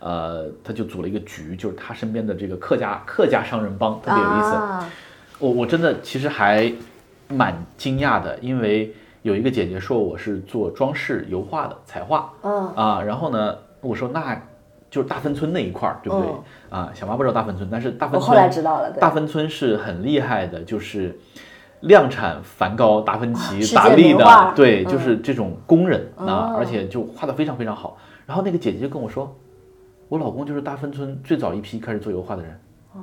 Speaker 2: 呃，他就组了一个局，就是他身边的这个客家客家商人帮，特别有意思。
Speaker 1: 啊
Speaker 2: 我我真的其实还蛮惊讶的，因为有一个姐姐说我是做装饰油画的彩画，
Speaker 1: 嗯
Speaker 2: 啊，然后呢，我说那就是大芬村那一块儿，对不对？
Speaker 1: 嗯
Speaker 2: 啊，小妈不知道大芬村，但是大
Speaker 1: 我
Speaker 2: 芬
Speaker 1: 后来
Speaker 2: 村
Speaker 1: 知道了，对
Speaker 2: 大芬村是很厉害的，就是量产梵高、达芬
Speaker 1: 啊世
Speaker 2: 奇、
Speaker 1: 界
Speaker 2: 达利
Speaker 1: 名画
Speaker 2: 的，对，
Speaker 1: 嗯
Speaker 2: 就是这种工人啊
Speaker 1: 哦，
Speaker 2: 而且就画的非常非常好。然后那个姐姐就跟我说，我老公就是大芬村最早一批开始做油画的人。
Speaker 1: 哦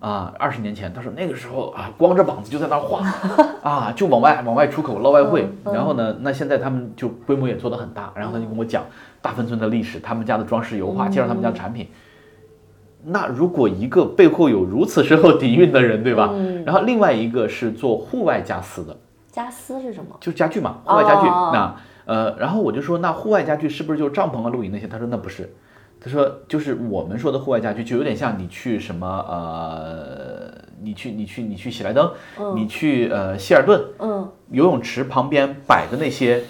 Speaker 2: 啊，二十年前，他说那个时候啊，光着膀子就在那儿画
Speaker 1: <laughs>
Speaker 2: 啊，就往外往外出口捞外汇。
Speaker 1: 嗯
Speaker 2: 然后呢，那现在他们就规模也做得很大。然后他就跟我讲大芬村的历史，他们家的装饰油
Speaker 1: 嗯
Speaker 2: 画，介绍他们家的产品。那如果一个背后有如此深厚底蕴的人，对吧？
Speaker 1: 嗯
Speaker 2: 然后另外一个是做户外家私的，
Speaker 1: 家私是什么？
Speaker 2: 就是家具嘛，户外家具。
Speaker 1: 哦
Speaker 2: 那呃，然后我就说，那户外家具是不是就帐篷啊、露营那些？他说那不是，他说就是我们说的户外家具，就有点像你去什么呃，你去你去你去喜来登，你去呃希尔顿
Speaker 1: 嗯，
Speaker 2: 游泳池旁边摆的那些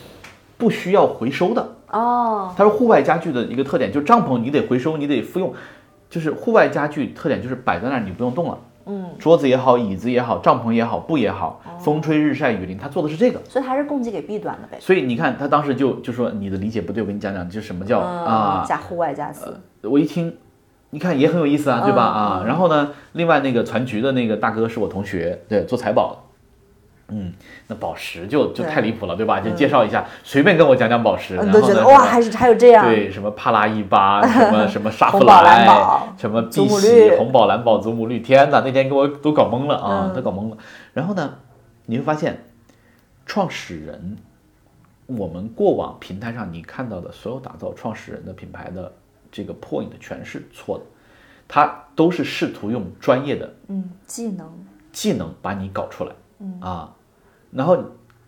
Speaker 2: 不需要回收的，
Speaker 1: 哦，
Speaker 2: 它是户外家具的一个特点，就是帐篷你得回收，你得复用。就是户外家具特点就是摆在那儿你不用动了，
Speaker 1: 嗯，哦
Speaker 2: 桌子也好，椅子也好，帐篷也好，布也好，风吹日晒雨淋，它做的是这个。
Speaker 1: 所以还是供给给弊端的呗。
Speaker 2: 所以你看，他当时就就说你的理解不对，我给你讲讲，就是什么叫
Speaker 1: 嗯，
Speaker 2: 啊？
Speaker 1: 加户外家私，
Speaker 2: 我一听，你看也很有意思啊，对吧？
Speaker 1: 嗯
Speaker 2: 啊，然后呢，另外那个船局的那个大哥是我同学，对，做财宝的。嗯，那宝石就就
Speaker 1: 对
Speaker 2: 太离谱了，对吧？就介绍一下，随便跟我讲讲宝石，然
Speaker 1: 嗯，
Speaker 2: 后
Speaker 1: 都
Speaker 2: 呢
Speaker 1: 觉得
Speaker 2: 什么
Speaker 1: 哇，还是还有这样，
Speaker 2: 对，什么帕拉伊
Speaker 1: <laughs>
Speaker 2: 巴，什么什么沙弗
Speaker 1: 红宝蓝
Speaker 2: 莱
Speaker 1: 宝，
Speaker 2: 什么
Speaker 1: 祖
Speaker 2: 碧
Speaker 1: 母
Speaker 2: 玺
Speaker 1: 绿、
Speaker 2: 红宝蓝宝、祖母绿，天呐，那天给我都搞懵了啊，
Speaker 1: 嗯
Speaker 2: 都搞懵了。然后呢，你会发现，创始人，我们过往平台上你看到的所有打造创始人的品牌的这个 point 全是错的，他都是试图用专业的
Speaker 1: 嗯，技能
Speaker 2: 技能把你搞出来，嗯啊，然后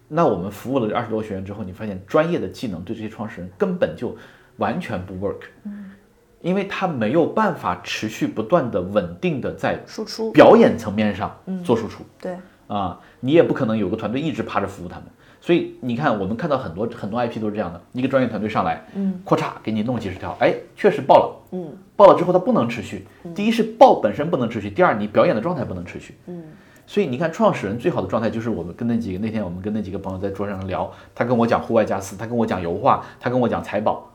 Speaker 2: 那我们服务了二十多个学员之后，你发现专业的技能对这些创始人根本就完全不 work，因为他没有办法持续不断的稳定的在
Speaker 1: 输出，
Speaker 2: 表演层面上做输出。
Speaker 1: 对，
Speaker 2: 啊，你也不可能有个团队一直趴着服务他们。所以你看，我们看到很多很多 IP 都是这样的，一个专业团队上来，嗯，咔嚓给你弄几十条，哎，确实爆了，嗯，爆了之后它不能持续。第一是爆本身不能持续，第二你表演的状态不能持续，嗯。所以你看，创始人最好的状态就是我们跟那几个那天我们跟那几个朋友在桌上聊，他跟我讲户外加斯，他跟我讲油画，他跟我讲财宝，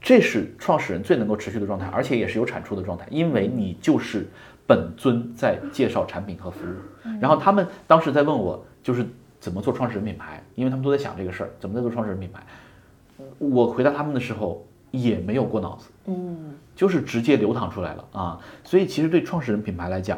Speaker 2: 这是创始人最能够持续的状态，而且也是有产出的状态，因为你就是本尊在介绍产品和服务。然后他们当时在问我，就是怎么做创始人品牌，因为他们都在想这个事儿，怎么在做创始人品牌。我回答他们的时候也没有过脑子，嗯，就是直接流淌出来了啊。所以其实对创始人品牌来讲，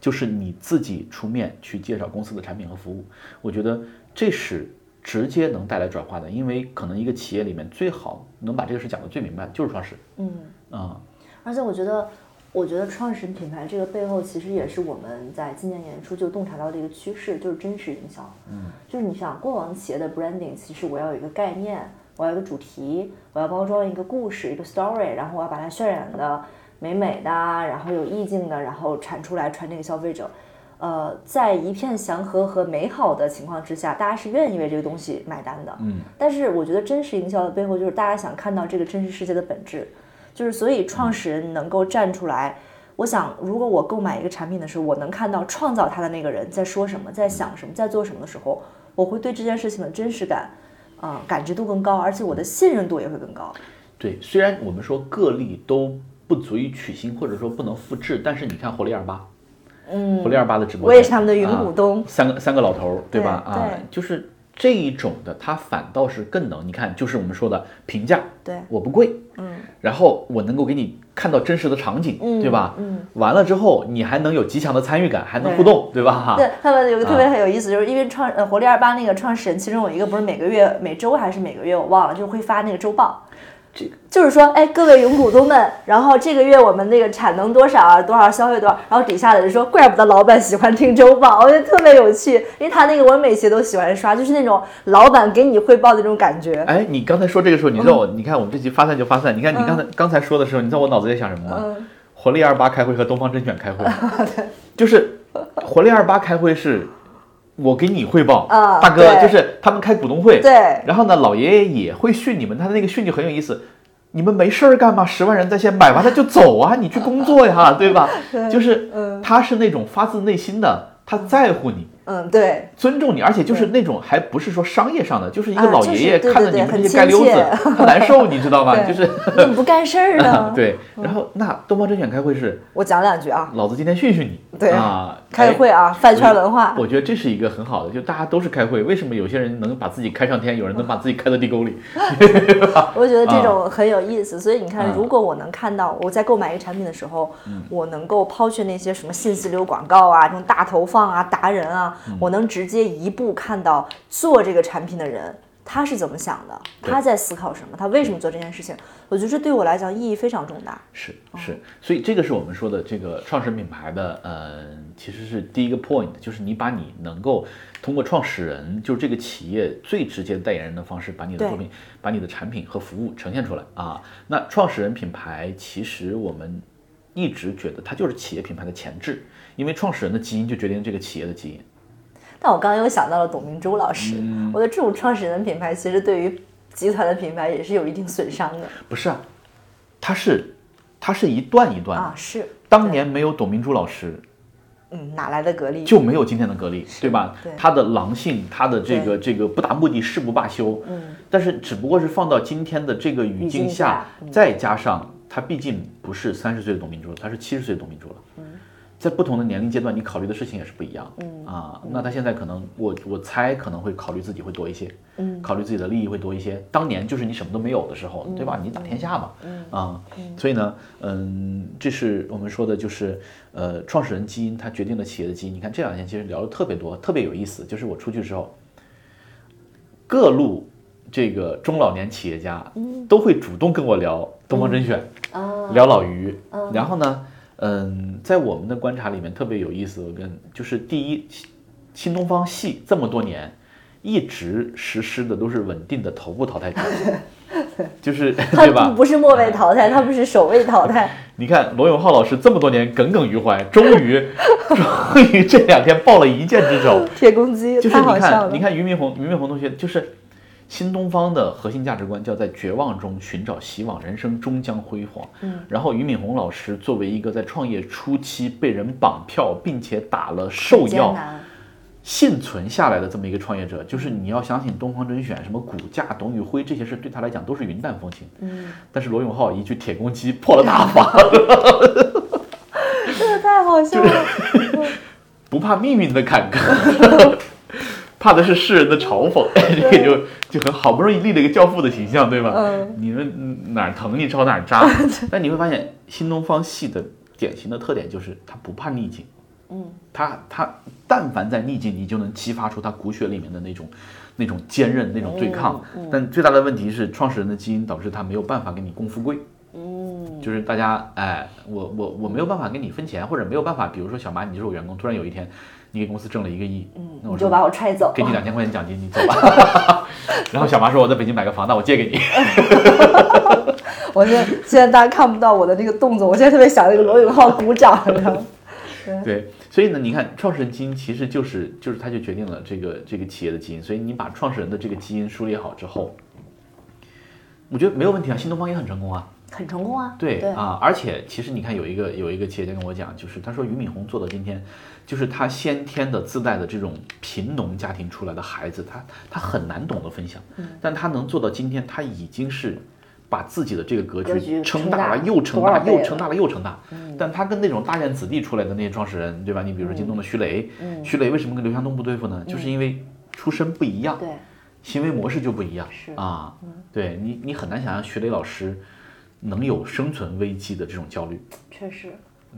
Speaker 2: 就是你自己出面去介绍公司的产品和服务，我觉得这是直接能带来转化的，因为可能一个企业里面最好能把这个事讲得最明白的就是创始人。嗯啊、
Speaker 3: 而且我觉得，我觉得创始人品牌这个背后，其实也是我们在今年年初就洞察到的一个趋势，就是真实营销。嗯，就是你想，过往企业的 branding，其实我要有一个概念，我要有一个主题，我要包装一个故事，一个 story，然后我要把它渲染的美美的，然后有意境的，然后产出来传递给消费者。呃，在一片祥和和美好的情况之下，大家是愿意为这个东西买单的。嗯，但是我觉得真实营销的背后，就是大家想看到这个真实世界的本质。就是所以创始人能够站出来。我想，如果我购买一个产品的时候，我能看到创造它的那个人在说什么，在想什么，在做什么的时候，我会对这件事情的真实感，啊、感知度更高，而且我的信任度也会更高。
Speaker 2: 对，虽然我们说个例都不足以取信，或者说不能复制，但是你看活力二八，嗯，活力二八的直播
Speaker 1: 我
Speaker 2: 间，
Speaker 1: 也是他们的云股东
Speaker 2: 啊三个三个老头儿，对吧？
Speaker 1: 对
Speaker 2: 啊
Speaker 1: 对，
Speaker 2: 就是这一种的，它反倒是更能，你看，就是我们说的平价，
Speaker 1: 对
Speaker 2: 我不贵，嗯，然后我能够给你看到真实的场景，对吧？嗯，完了之后，你还能有极强的参与感，还能互动，对吧？
Speaker 1: 对他们有个特别很有意思，就是因为创呃活力二八那个创始人，其中有一个不是每个月每周还是每个月我忘了，就是会发那个周报。
Speaker 2: 这个
Speaker 1: 就是说，哎，各位云股东们，然后这个月我们那个产能多少，多少消费多少，然后底下的人说，怪不得老板喜欢听周报， <laughs> 我觉得特别有趣，因为他那个我每期都喜欢刷，就是那种老板给你汇报的那种感觉。
Speaker 2: 哎，你刚才说这个时候，你让我，
Speaker 1: 嗯
Speaker 2: 你看我们这集发散就发散。你看你刚才、刚才说的时候，你知道我脑子在想什么
Speaker 1: 嗯
Speaker 2: 吗？活力二八开会和东方甄选
Speaker 1: <laughs>
Speaker 2: 开会，就是活力二八开会是，我给你汇报，
Speaker 1: 啊
Speaker 2: 大哥，
Speaker 1: 对
Speaker 2: 就是他们开股东会，
Speaker 1: 对
Speaker 2: 然后呢，老爷爷也会训你们，他的那个训就很有意思。你们没事儿干吗？十万人在线买完了就走啊，你去工作
Speaker 1: <laughs>
Speaker 2: 呀，对吧？就是，他是那种发自内心的，他在乎你，
Speaker 1: 嗯，
Speaker 2: <laughs>
Speaker 1: 对，
Speaker 2: 尊重你，而且就是那种还不是说商业上的，就是一个
Speaker 1: 啊
Speaker 2: 老
Speaker 1: 就是
Speaker 2: 爷爷
Speaker 1: 对
Speaker 2: 看着
Speaker 1: 对
Speaker 2: 你
Speaker 1: 对
Speaker 2: 们
Speaker 1: 很
Speaker 2: 这些
Speaker 1: 亲
Speaker 2: 街溜子
Speaker 1: 切，
Speaker 2: 他难受，你知道吧？
Speaker 1: 对嗯
Speaker 2: 就是
Speaker 1: <laughs> 你怎么嗯不干事儿呢？
Speaker 2: 对。然后那东方甄选开会是，
Speaker 1: 我讲两句啊，
Speaker 2: 老子今天训训你，
Speaker 1: 对
Speaker 2: 啊，
Speaker 1: 开个
Speaker 2: 哎
Speaker 1: 会啊，饭圈文化，
Speaker 2: 我觉得这是一个很好的，就大家都是开会，为什么有些人能把自己开上天，有人能把自己开到地沟里？
Speaker 1: 我觉得这种很有意思，所以你看
Speaker 2: 啊嗯，
Speaker 1: 如果我能看到我在购买一个产品的时候，我能够抛去那些什么信息流广告啊、这种大投放啊、达人啊，
Speaker 2: 嗯
Speaker 1: 我能直接一步看到做这个产品的人他是怎么想的，
Speaker 2: 对
Speaker 1: 他在思考什么，他为什么做这件事情，我觉得这对我来讲意义非常重大。
Speaker 2: 是
Speaker 1: 哦
Speaker 2: 是，所以这个是我们说的这个创始品牌的，呃，其实是第一个 point，就是你把你能够通过创始人，就是这个企业最直接代言人的方式，把你的
Speaker 1: 对
Speaker 2: 作品、把你的产品和服务呈现出来啊。那创始人品牌，其实我们一直觉得它就是企业品牌的前置，因为创始人的基因就决定这个企业的基因。
Speaker 1: 但我刚刚又想到了董明珠老师，
Speaker 2: 嗯
Speaker 1: 我觉得这种创始人的品牌其实对于集团的品牌也是有一定损伤的
Speaker 2: 不是啊，它是它是一段一段的。
Speaker 1: 啊，是，
Speaker 2: 当年没有董明珠老师，
Speaker 1: 嗯，哪来的格力？
Speaker 2: 就没有今天的格力，对吧？
Speaker 1: 对
Speaker 2: 他的狼性，他的这个这个不达目的誓不罢休，嗯，但是只不过是放到今天的这个语境
Speaker 3: 境下
Speaker 2: 再加上他毕竟不是三十岁的董明珠，他是七十岁的董明珠了，嗯，在不同的年龄阶段，你考虑的事情也是不一样，嗯啊，那他现在可能我我猜可能会考虑自己会多一些，嗯，考虑自己的利益会多一些。当年就是你什么都没有的时候，对吧？你打天下嘛，啊，所以呢，嗯，这是我们说的，就是呃，创始人基因它决定了企业的基因。你看这两天其实聊的特别多，特别有意思。就是我出去之后，各路这个中老年企业家都会主动跟我聊东方甄选，聊老于，然后呢，嗯，在我们的观察里面特别有意思的跟就是第一，新新东方系这么多年一直实施的都是稳定的头部淘汰制，就是 <laughs>
Speaker 1: 他
Speaker 2: 对吧哎
Speaker 1: 们？不是末位淘汰，他们是首位淘汰。
Speaker 2: <laughs> 你看罗永浩老师这么多年耿耿于怀，终于 <laughs> 终于这两天报了一箭之仇，
Speaker 1: 铁公 <laughs> 鸡，
Speaker 2: 就是
Speaker 1: 太
Speaker 2: 你
Speaker 1: 好笑
Speaker 2: 看，
Speaker 1: 了
Speaker 2: 你。看俞敏洪，俞敏洪同学就是新东方的核心价值观，叫在绝望中寻找希望，人生终将辉煌。嗯，然后俞敏洪老师作为一个在创业初期被人绑票，并且打了兽
Speaker 3: 艰
Speaker 2: 药，
Speaker 3: 难，
Speaker 2: 幸存下来的这么一个创业者，就是你要相信东方甄选，什么股价、董宇辉这些事，对他来讲都是云淡风轻。嗯，但是罗永浩一句铁公鸡破了大法，
Speaker 1: 这个太好笑了。
Speaker 2: 不怕命运的坎坷，怕的是世人的嘲讽。哎这个就就很好不容易立了一个教父的形象，对吧？
Speaker 1: 嗯
Speaker 2: 你们哪儿疼你朝哪儿扎。但你会发现，新东方系的典型的特点就是他不怕逆境。
Speaker 3: 嗯，
Speaker 2: 他他但凡在逆境，你就能激发出他骨血里面的那种那种坚韧、那种对抗。但最大的问题是，创始人的基因导致他没有办法给你共富贵。就是大家，哎，我我我没有办法给你分钱，或者没有办法，比如说小马，你是我员工，突然有一天你给公司挣了一个亿， <laughs> 那
Speaker 3: 嗯
Speaker 2: 我
Speaker 3: 你
Speaker 2: 说
Speaker 3: 就把我踹走
Speaker 2: 给。你两千块钱奖金，你走吧。
Speaker 3: <laughs>
Speaker 2: 然后小马说我在北京买个房，那我借给你。
Speaker 1: 我现在现在大家看不到我的那个动作，我现在特别想那个罗永浩鼓掌，你知道吗？
Speaker 2: 对，所以呢，你看创始人基因其实就是就是它就决定了这个这个企业的基因，所以你把创始人的这个基因梳理好之后，我觉得没有问题啊，新东方也很成功啊。
Speaker 3: 很成功啊，
Speaker 2: 对啊，而且其实你看有一个有一个企业家跟我讲，就是他说俞敏洪做到今天，就是他先天的自带的这种贫农家庭出来的孩子，他他很难懂得分享，
Speaker 3: 嗯
Speaker 2: 但他能做到今天，他已经是。把自己的这个格
Speaker 3: 格
Speaker 2: 局
Speaker 3: 局
Speaker 2: 撑
Speaker 3: 撑
Speaker 2: 大
Speaker 3: 大
Speaker 2: 了，又撑
Speaker 3: 多
Speaker 2: 大
Speaker 3: 少，倍
Speaker 2: 又
Speaker 3: 了嗯
Speaker 2: 撑大了，又撑大。但他跟那种大院子弟出来的那些创始人，对吧？你比如说京
Speaker 3: 嗯
Speaker 2: 东的徐雷，徐雷为什么跟刘强东不对付呢？就是因为出身不一样，
Speaker 3: 对，
Speaker 2: 行为模式就不一样，
Speaker 3: 是
Speaker 2: 啊，对你你很难想象徐磊老师能有生存危机的这种焦虑，
Speaker 3: 确实，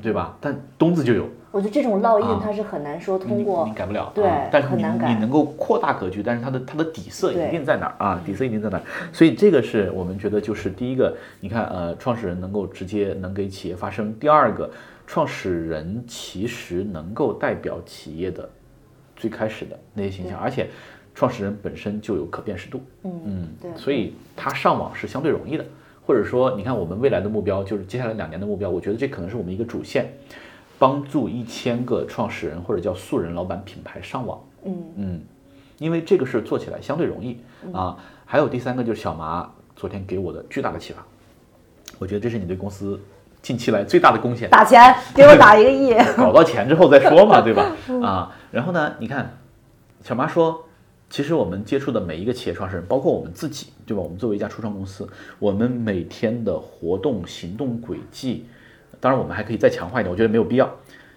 Speaker 2: 对吧？但东子就有，
Speaker 3: 我觉得这种烙
Speaker 2: 啊
Speaker 3: 印它是很难说
Speaker 2: 你
Speaker 3: 通过
Speaker 2: 你改不了，
Speaker 3: 对
Speaker 2: 啊但是
Speaker 3: 很
Speaker 2: 你
Speaker 3: 难改
Speaker 2: 你能够扩大格局，但是它的它的底色
Speaker 3: 对
Speaker 2: 一定在哪儿啊？底色一定在哪儿？所以这个是我们觉得就是第一个，你看呃，创始人能够直接能给企业发声；第二个，创始人其实能够代表企业的最开始的那些形象，而且创始人本身就有可辨识度，嗯
Speaker 3: 对
Speaker 2: 所以他上网是相对容易的。或者说，你看我们未来的目标，就是接下来两年的目标，我觉得这可能是我们一个主线，帮助一千个创始人或者叫素人老板品牌上网。
Speaker 3: 嗯
Speaker 2: 因为这个事儿做起来相对容易
Speaker 3: 嗯
Speaker 2: 啊。还有第三个就是小麻昨天给我的巨大的启发，我觉得这是你对公司近期来最大的贡献。
Speaker 1: 打钱，给我打一个
Speaker 2: <laughs>
Speaker 1: 亿。
Speaker 2: 搞到钱之后再说嘛，对吧？啊，然后呢，你看，小妈说，其实我们接触的每一个企业创始人，包括我们自己，对吧？我们作为一家初创公司，我们每天的活动、行动轨迹，当然我们还可以再强化一点，我觉得没有必要。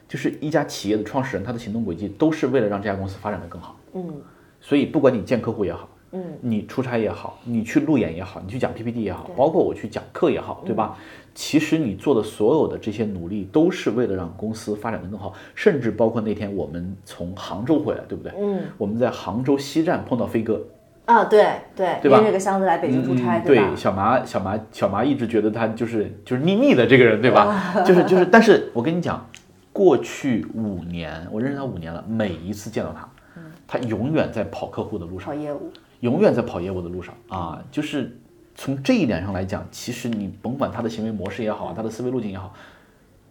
Speaker 2: 就是一家企业的创始人，他的行动轨迹都是为了让这家公司发展得更好。
Speaker 3: 嗯
Speaker 2: 所以，不管你见客户也好，
Speaker 3: 嗯，
Speaker 2: 你出差也好，你去路演也好，你去讲 PPT 也好，包括我去讲课也好，
Speaker 3: 嗯
Speaker 2: 对吧？其实你做的所有的这些努力，都是为了让公司发展的更好，甚至包括那天我们从杭州回来，对不对？
Speaker 3: 嗯
Speaker 2: 我们在杭州西站碰到飞哥，
Speaker 3: 啊，对对，
Speaker 2: 对吧
Speaker 3: 拎着个箱子来北京出差，
Speaker 2: 嗯、对
Speaker 3: 吧？
Speaker 2: 小麻小麻小麻一直觉得他就是就是腻腻的这个人，对
Speaker 3: 啊
Speaker 2: 吧？ <laughs> 就是就是，但是我跟你讲，过去五年我认识他五年了，每一次见到他，
Speaker 3: 嗯
Speaker 2: 他永远在跑客户的路上
Speaker 3: 跑。业务，
Speaker 2: 永远在跑业务的路上啊，就是从这一点上来讲，其实你甭管他的行为模式也好，他的思维路径也好，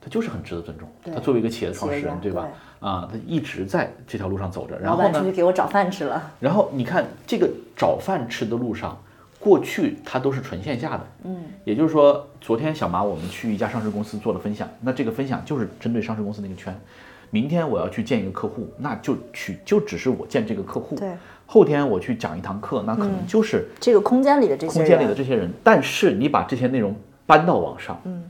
Speaker 2: 他就是很值得尊重。
Speaker 3: 对
Speaker 2: 他作为一个企业的创始
Speaker 3: 企业
Speaker 2: 人
Speaker 3: 家，
Speaker 2: 对吧？啊，他一直在这条路上走着。然
Speaker 1: 老
Speaker 2: 后
Speaker 1: 板出
Speaker 2: 呢
Speaker 1: 去，给我找饭吃了，
Speaker 2: 然后你看这个找饭吃的路上，过去它都是纯线下的，嗯，也就是说，昨天小马我们去一家上市公司做了分享，那这个分享就是针对上市公司那个圈。明天我要去见一个客户，那就去就只是我见这个客户。
Speaker 1: 对。
Speaker 2: 后天我去讲一堂课，那可能就是、
Speaker 1: 这个空间里的这些
Speaker 2: 空
Speaker 1: 人，
Speaker 2: 间里的这些人，但是你把这些内容搬到网上，嗯，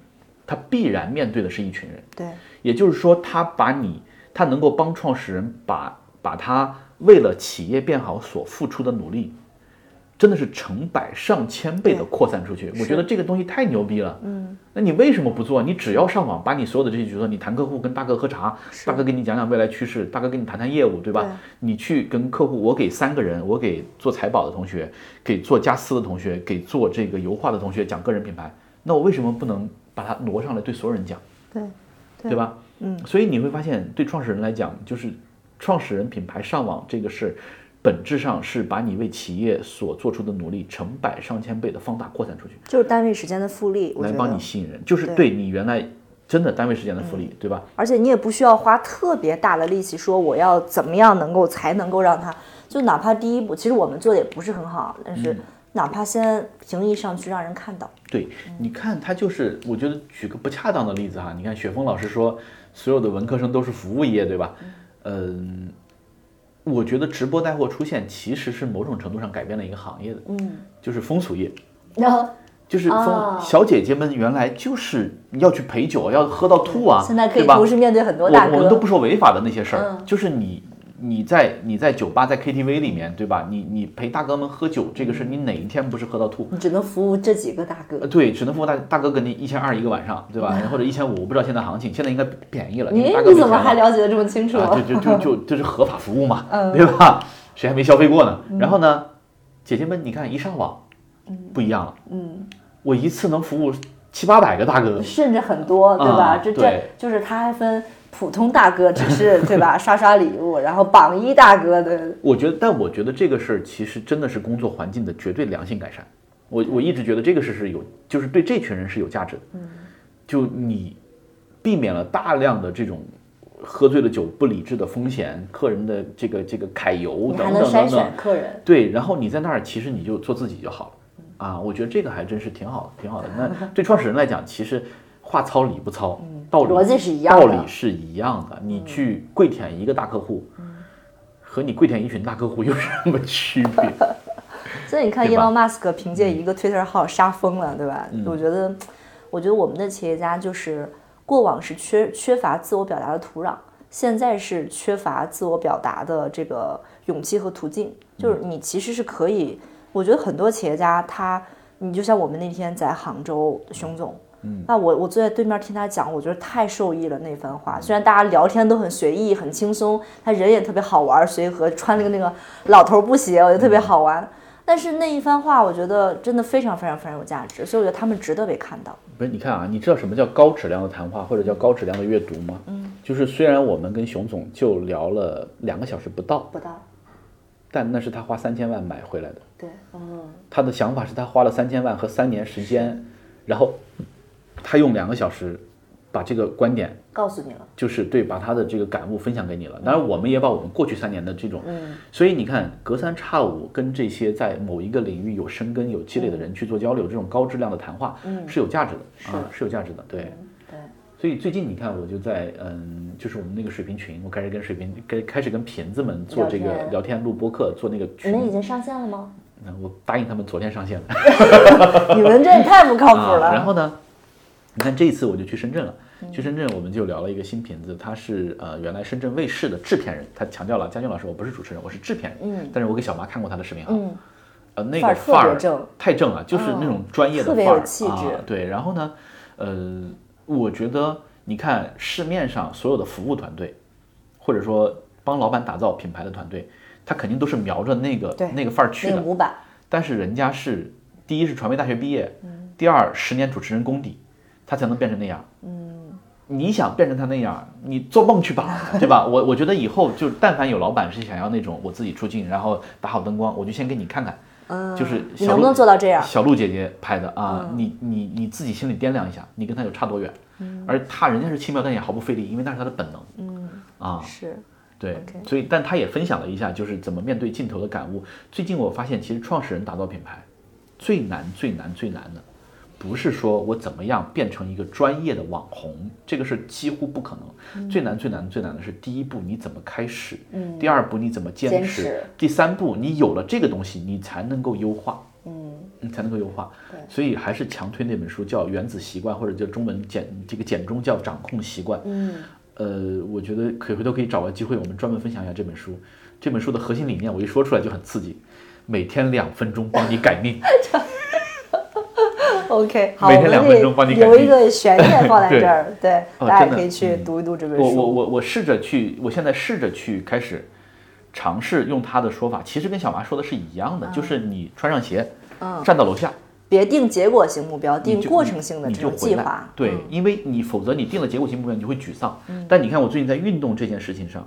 Speaker 2: 他必然面对的是一群人，
Speaker 1: 对
Speaker 2: 也就是说，他把你，他能够帮创始人把把他为了企业变好所付出的努力，真的是成百上千倍的
Speaker 1: 对
Speaker 2: 扩散出去。我觉得这个东西太牛逼了，嗯，那你为什么不做？你只要上网，把你所有的这些角色，你谈客户，跟大哥喝茶，大哥给你讲讲未来趋势，大哥跟你谈谈业务，对吧？
Speaker 1: 对
Speaker 2: 你去跟客户，我给三个人，我给做财宝的同学，给做家私的同学，给做这个油画的同学讲个人品牌，那我为什么不能把它挪上来对所有人讲？
Speaker 1: 对对
Speaker 2: 对吧？嗯，所以你会发现，对创始人来讲，就是创始人品牌上网这个事，本质上是把你为企业所做出的努力成百上千倍的放大扩散出去，
Speaker 1: 就是单位时间的复利，我
Speaker 2: 来
Speaker 1: 觉
Speaker 2: 帮
Speaker 1: 得
Speaker 2: 你，吸引人，就是对嗯你原来真的单位时间的复利，对吧？
Speaker 1: 而且你也不需要花特别大的力气说我要怎么样能够才能够让他，就哪怕第一步，其实我们做的也不是很好，但
Speaker 2: 嗯
Speaker 1: 是哪怕先平移上去让人看到，
Speaker 2: 对，你看他就是，我觉得举个不恰当的例子哈，你看雪峰老师说，所有的文科生都是服务业，对吧？嗯，我觉得直播带货出现其实是某种程度上改变了一个行业的，嗯，就是风俗业，
Speaker 3: <laughs> 然后
Speaker 2: 就是风、
Speaker 3: 哦
Speaker 2: 小姐姐们原来就是要去陪酒，要喝到吐啊，
Speaker 3: 现在可以
Speaker 2: 对吧
Speaker 3: 同时面对很多
Speaker 2: 我
Speaker 3: 大
Speaker 2: 我们都
Speaker 3: 哥
Speaker 2: 不，说违法的那些事儿
Speaker 3: 嗯，
Speaker 2: 就是你你在你在酒吧在 KTV 里面，对吧？你你陪大哥们喝酒这个事儿，你哪一天不是喝到吐？
Speaker 3: 你只能服务这几个大哥
Speaker 2: 呃，。对，只能付大大哥给你一千二一个晚上，对吧？
Speaker 3: <laughs>
Speaker 2: 或者一千五，我不知道现在行情，现在应该便宜了。因
Speaker 3: 你
Speaker 2: 为呃大哥
Speaker 3: 你
Speaker 2: 没
Speaker 3: 怎么
Speaker 2: 钱
Speaker 3: 还了解的这么清楚？
Speaker 2: 啊？就就就就这是合法服务嘛，对吧？谁还没消费过呢？然后呢，姐姐们，你看一上网，不一样了，嗯嗯，我一次能服务七八百个大哥，
Speaker 3: 甚至很多，对吧？
Speaker 2: 啊
Speaker 3: 这这
Speaker 2: 对
Speaker 3: 就是他还分普通大哥，只是对
Speaker 2: <laughs>
Speaker 3: 吧？刷刷礼物，然后榜一大哥的，
Speaker 2: 我觉得，但我觉得这个事儿其实真的是工作环境的绝对良性改善。我我一直觉得这个事是有，就是对这群人是有价值的。就你避免了大量的这种喝醉了酒不理智的风险，客人的这个这个揩油
Speaker 3: 你还
Speaker 2: 等
Speaker 3: 能
Speaker 2: 等
Speaker 3: 筛
Speaker 2: 等等
Speaker 3: 选。客人。
Speaker 2: 对，然后你在那儿其实你就做自己就好
Speaker 3: 嗯
Speaker 2: 了。啊，我觉得这个还真是挺好的，挺好的。那对创始人来讲，其实话糙理不糙，道理
Speaker 3: 嗯逻辑是一样
Speaker 2: 道
Speaker 3: 的嗯
Speaker 2: 理是一样的。你去跪舔一个大客户，和你跪舔一群大客户有什么区别？ <laughs>
Speaker 1: <laughs> 所以你看，伊
Speaker 2: 对吧嗯
Speaker 1: 隆马斯克凭借一个 Twitter 号杀疯了，对吧？我觉得，我觉得我们的企业家就是过往是缺缺乏自我表达的土壤，现在是缺乏自我表达的这个勇气和途径。就是
Speaker 2: 嗯
Speaker 1: 你其实是可以，我觉得很多企业家他，你就像我们那天在杭州，熊总。
Speaker 2: 嗯
Speaker 1: 那我我坐在对面听他讲，我觉得太受益了那番话。虽然大家聊天都很随意、很轻松，他人也特别好玩，随和，穿了个那个老头布鞋，我觉得
Speaker 2: 嗯
Speaker 1: 特别好玩。但是那一番话，我觉得真的非常非常非常有价值，所以我觉得他们值得被看到。
Speaker 2: 不是，你看啊，你知道什么叫高质量的谈话或者叫高质量的阅读吗？嗯，就是虽然我们跟熊总就聊了两个小时不到，
Speaker 3: 不到，
Speaker 2: 但那是他花三千万买回来的。
Speaker 3: 对，嗯，
Speaker 2: 他的想法是他花了三千万和三年时间，然后他用两个小时把这个观点，
Speaker 3: 告诉你了，
Speaker 2: 就是对，把他的这个感悟分享给你了。当然，我们也把我们过去三年的这种，
Speaker 1: 嗯
Speaker 2: 所以你看，隔三差五跟这些在某一个领域有深耕、有积累的人去做交流，这种高质量的谈话
Speaker 3: 嗯
Speaker 2: 是有价值的啊，是有价值的，对。
Speaker 3: 对，
Speaker 2: 所以最近你看，我就在嗯，就是我们那个水瓶群，我开始跟水瓶跟开始跟瓶子们做这个
Speaker 3: 聊天
Speaker 2: 聊天录播课，做那个
Speaker 3: 你
Speaker 2: 群
Speaker 3: 们，已经上线了吗？
Speaker 2: 嗯我答应他们昨天上线了。
Speaker 1: <laughs> 你们这也太不靠谱
Speaker 2: 啊。然
Speaker 1: 了。
Speaker 2: 后呢，你看这一次我就去深圳了，
Speaker 3: 嗯
Speaker 2: 去深圳我们就聊了一个新瓶子，他是呃原来深圳卫视的制片人，他强调了，佳俊老师，我不是主持人，我是制片人，嗯，但是我给小妈看过他的视频号，
Speaker 3: 嗯
Speaker 2: 呃那
Speaker 3: 范
Speaker 2: 个
Speaker 3: 儿特
Speaker 2: 范
Speaker 3: 别
Speaker 2: 儿
Speaker 3: 正嗯
Speaker 2: 太正了，就是那种专业的
Speaker 3: 特别
Speaker 2: 范
Speaker 3: 有
Speaker 2: 儿
Speaker 3: 气
Speaker 2: 啊
Speaker 3: 质
Speaker 2: 对，然后呢，呃，我觉得你看市面上所有的服务团队，或者说帮老板打造品牌的团队。他肯定都是瞄着那个
Speaker 1: 对
Speaker 2: 那个范儿去
Speaker 3: 那
Speaker 2: 的
Speaker 3: 个，模板，
Speaker 2: 但是人家是第一是传媒大学毕业，
Speaker 1: 嗯
Speaker 2: 第二十年主持人功底，他才能变成那样。嗯，你想变成他那样，你做梦去吧，
Speaker 1: <laughs>
Speaker 2: 对吧？我我觉得以后就但凡有老板是想要那种我自己出镜，然后打好灯光，我就先给你看看，
Speaker 1: 嗯，
Speaker 2: 就是小
Speaker 1: 你能
Speaker 2: 鹿
Speaker 1: 不能做到这样？嗯
Speaker 2: 小鹿姐姐拍的啊，你你你自己心里掂量一下，你跟他有差多远？
Speaker 1: 嗯
Speaker 2: 而他人家是轻描淡写，毫不费力，因为那是他的本能。嗯，啊，
Speaker 1: 是，
Speaker 2: 对
Speaker 1: OK
Speaker 2: 所以但他也分享了一下，就是怎么面对镜头的感悟。最近我发现，其实创始人打造品牌最难、最难、最难的，不是说我怎么样变成一个专业的网红，这个是几乎不可能。
Speaker 3: 嗯
Speaker 2: 最难、最难、最难的是第一步你怎么开始，第二步你怎么坚
Speaker 3: 坚持
Speaker 2: 第三步你有了这个东西，你才能够优化。
Speaker 1: 嗯
Speaker 2: 你才能够优化。所以还是强推那本书叫《原子习惯》，或者叫中文简这个简中叫《掌控习惯》。嗯，呃，我觉得可以回头可以找个机会，我们专门分享一下这本书。这本书的核心理念，我一说出来就很刺激。每天两分钟帮你改命，
Speaker 1: OK，好，
Speaker 2: 每
Speaker 1: 我
Speaker 2: 天两分钟帮
Speaker 1: 们
Speaker 2: 你
Speaker 1: 得
Speaker 2: 改
Speaker 1: 留
Speaker 2: 进
Speaker 1: 一个悬念放在
Speaker 2: <laughs> 对
Speaker 1: 这儿，对，
Speaker 2: 哦
Speaker 1: 大家也
Speaker 2: 真的
Speaker 1: 可以去
Speaker 2: 嗯
Speaker 1: 读一读这本
Speaker 2: 我我
Speaker 1: 书。
Speaker 2: 我我试着去，我现在试着去开始尝试用他的说法，其实跟小麻说的是一样的，就是你穿上鞋，站到楼下，
Speaker 1: 别定结果型目标，定
Speaker 2: 就
Speaker 1: 过程性的
Speaker 2: 你
Speaker 1: 这
Speaker 2: 就
Speaker 1: 种
Speaker 2: 回
Speaker 1: 计
Speaker 2: 来
Speaker 1: 划。嗯
Speaker 2: 对，因为你否则你定了结果性目标，你就会沮丧。但你看我最近在运动这件事情上，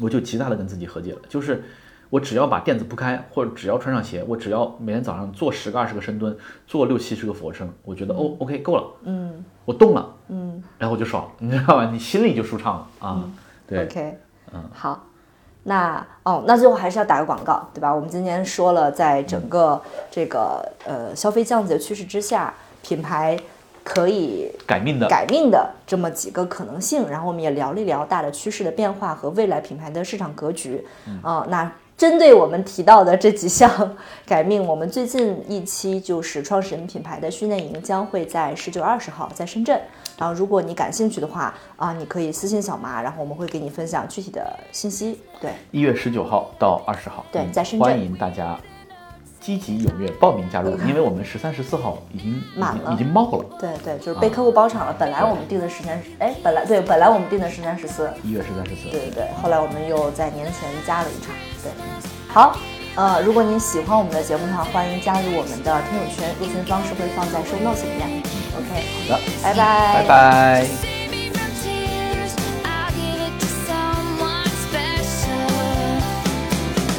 Speaker 2: 我就极大的跟自己和解了，就是我只要把垫子铺开，或者只要穿上鞋，我只要每天早上做十个二十个深蹲，做六七十个俯卧撑，我觉得、哦，OK 够了，嗯，我动了，嗯，然后我就爽了，你知道吧？你心里就舒畅了啊。
Speaker 1: 嗯
Speaker 2: 对
Speaker 1: OK，好，那哦，那最后还是要打个广告，对吧？我们今天说了，在整个这个呃消费降级的趋势之下，品牌可以
Speaker 2: 改命的，
Speaker 1: 改命的这么几个可能性，然后我们也聊了一聊大的趋势的变化和未来品牌的市场格局。啊、那针对我们提到的这几项 <laughs> 改命，我们最近一期就是创始人品牌的训练营将会在十九、二十号在深圳。然后，如果你感兴趣的话，啊，你可以私信小麻，然后我们会给你分享具体的信息。对，
Speaker 2: 一月十九号到二十号，
Speaker 1: 对
Speaker 2: 嗯
Speaker 1: 在深圳嗯
Speaker 2: 欢迎大家积极踊跃报名加入，因为我们十三、十四号已经
Speaker 1: 满
Speaker 2: 已
Speaker 1: 了
Speaker 2: 经已经冒了。
Speaker 1: 对对，就是被客户包场了。本来我们定的十三，哎，本来对，本来我们定的十三、十四，
Speaker 2: 一月十三、十四。
Speaker 1: 对对对，后来我们又在年前加了一场。对，好，呃，如果您喜欢我们的节目的话，欢迎加入我们的听友群，入群方式会放在 show notes 里面。OK，
Speaker 2: 好的，
Speaker 1: 拜拜，
Speaker 2: 拜拜。
Speaker 4: I give it to someone special.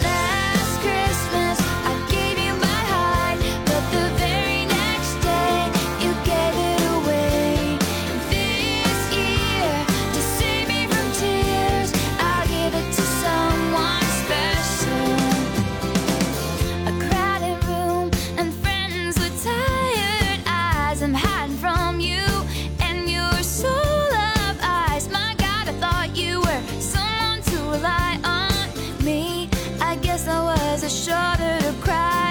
Speaker 4: Last Christmas I gave you my heart, but the very next day you gave it away. This year to save me from tears, I give it to someone special. A crowded room and friends with tired eyes. I'm hiding from you and your soul of eyes. My God, I thought you were someone to rely on me. I guess I was a shoulder to cry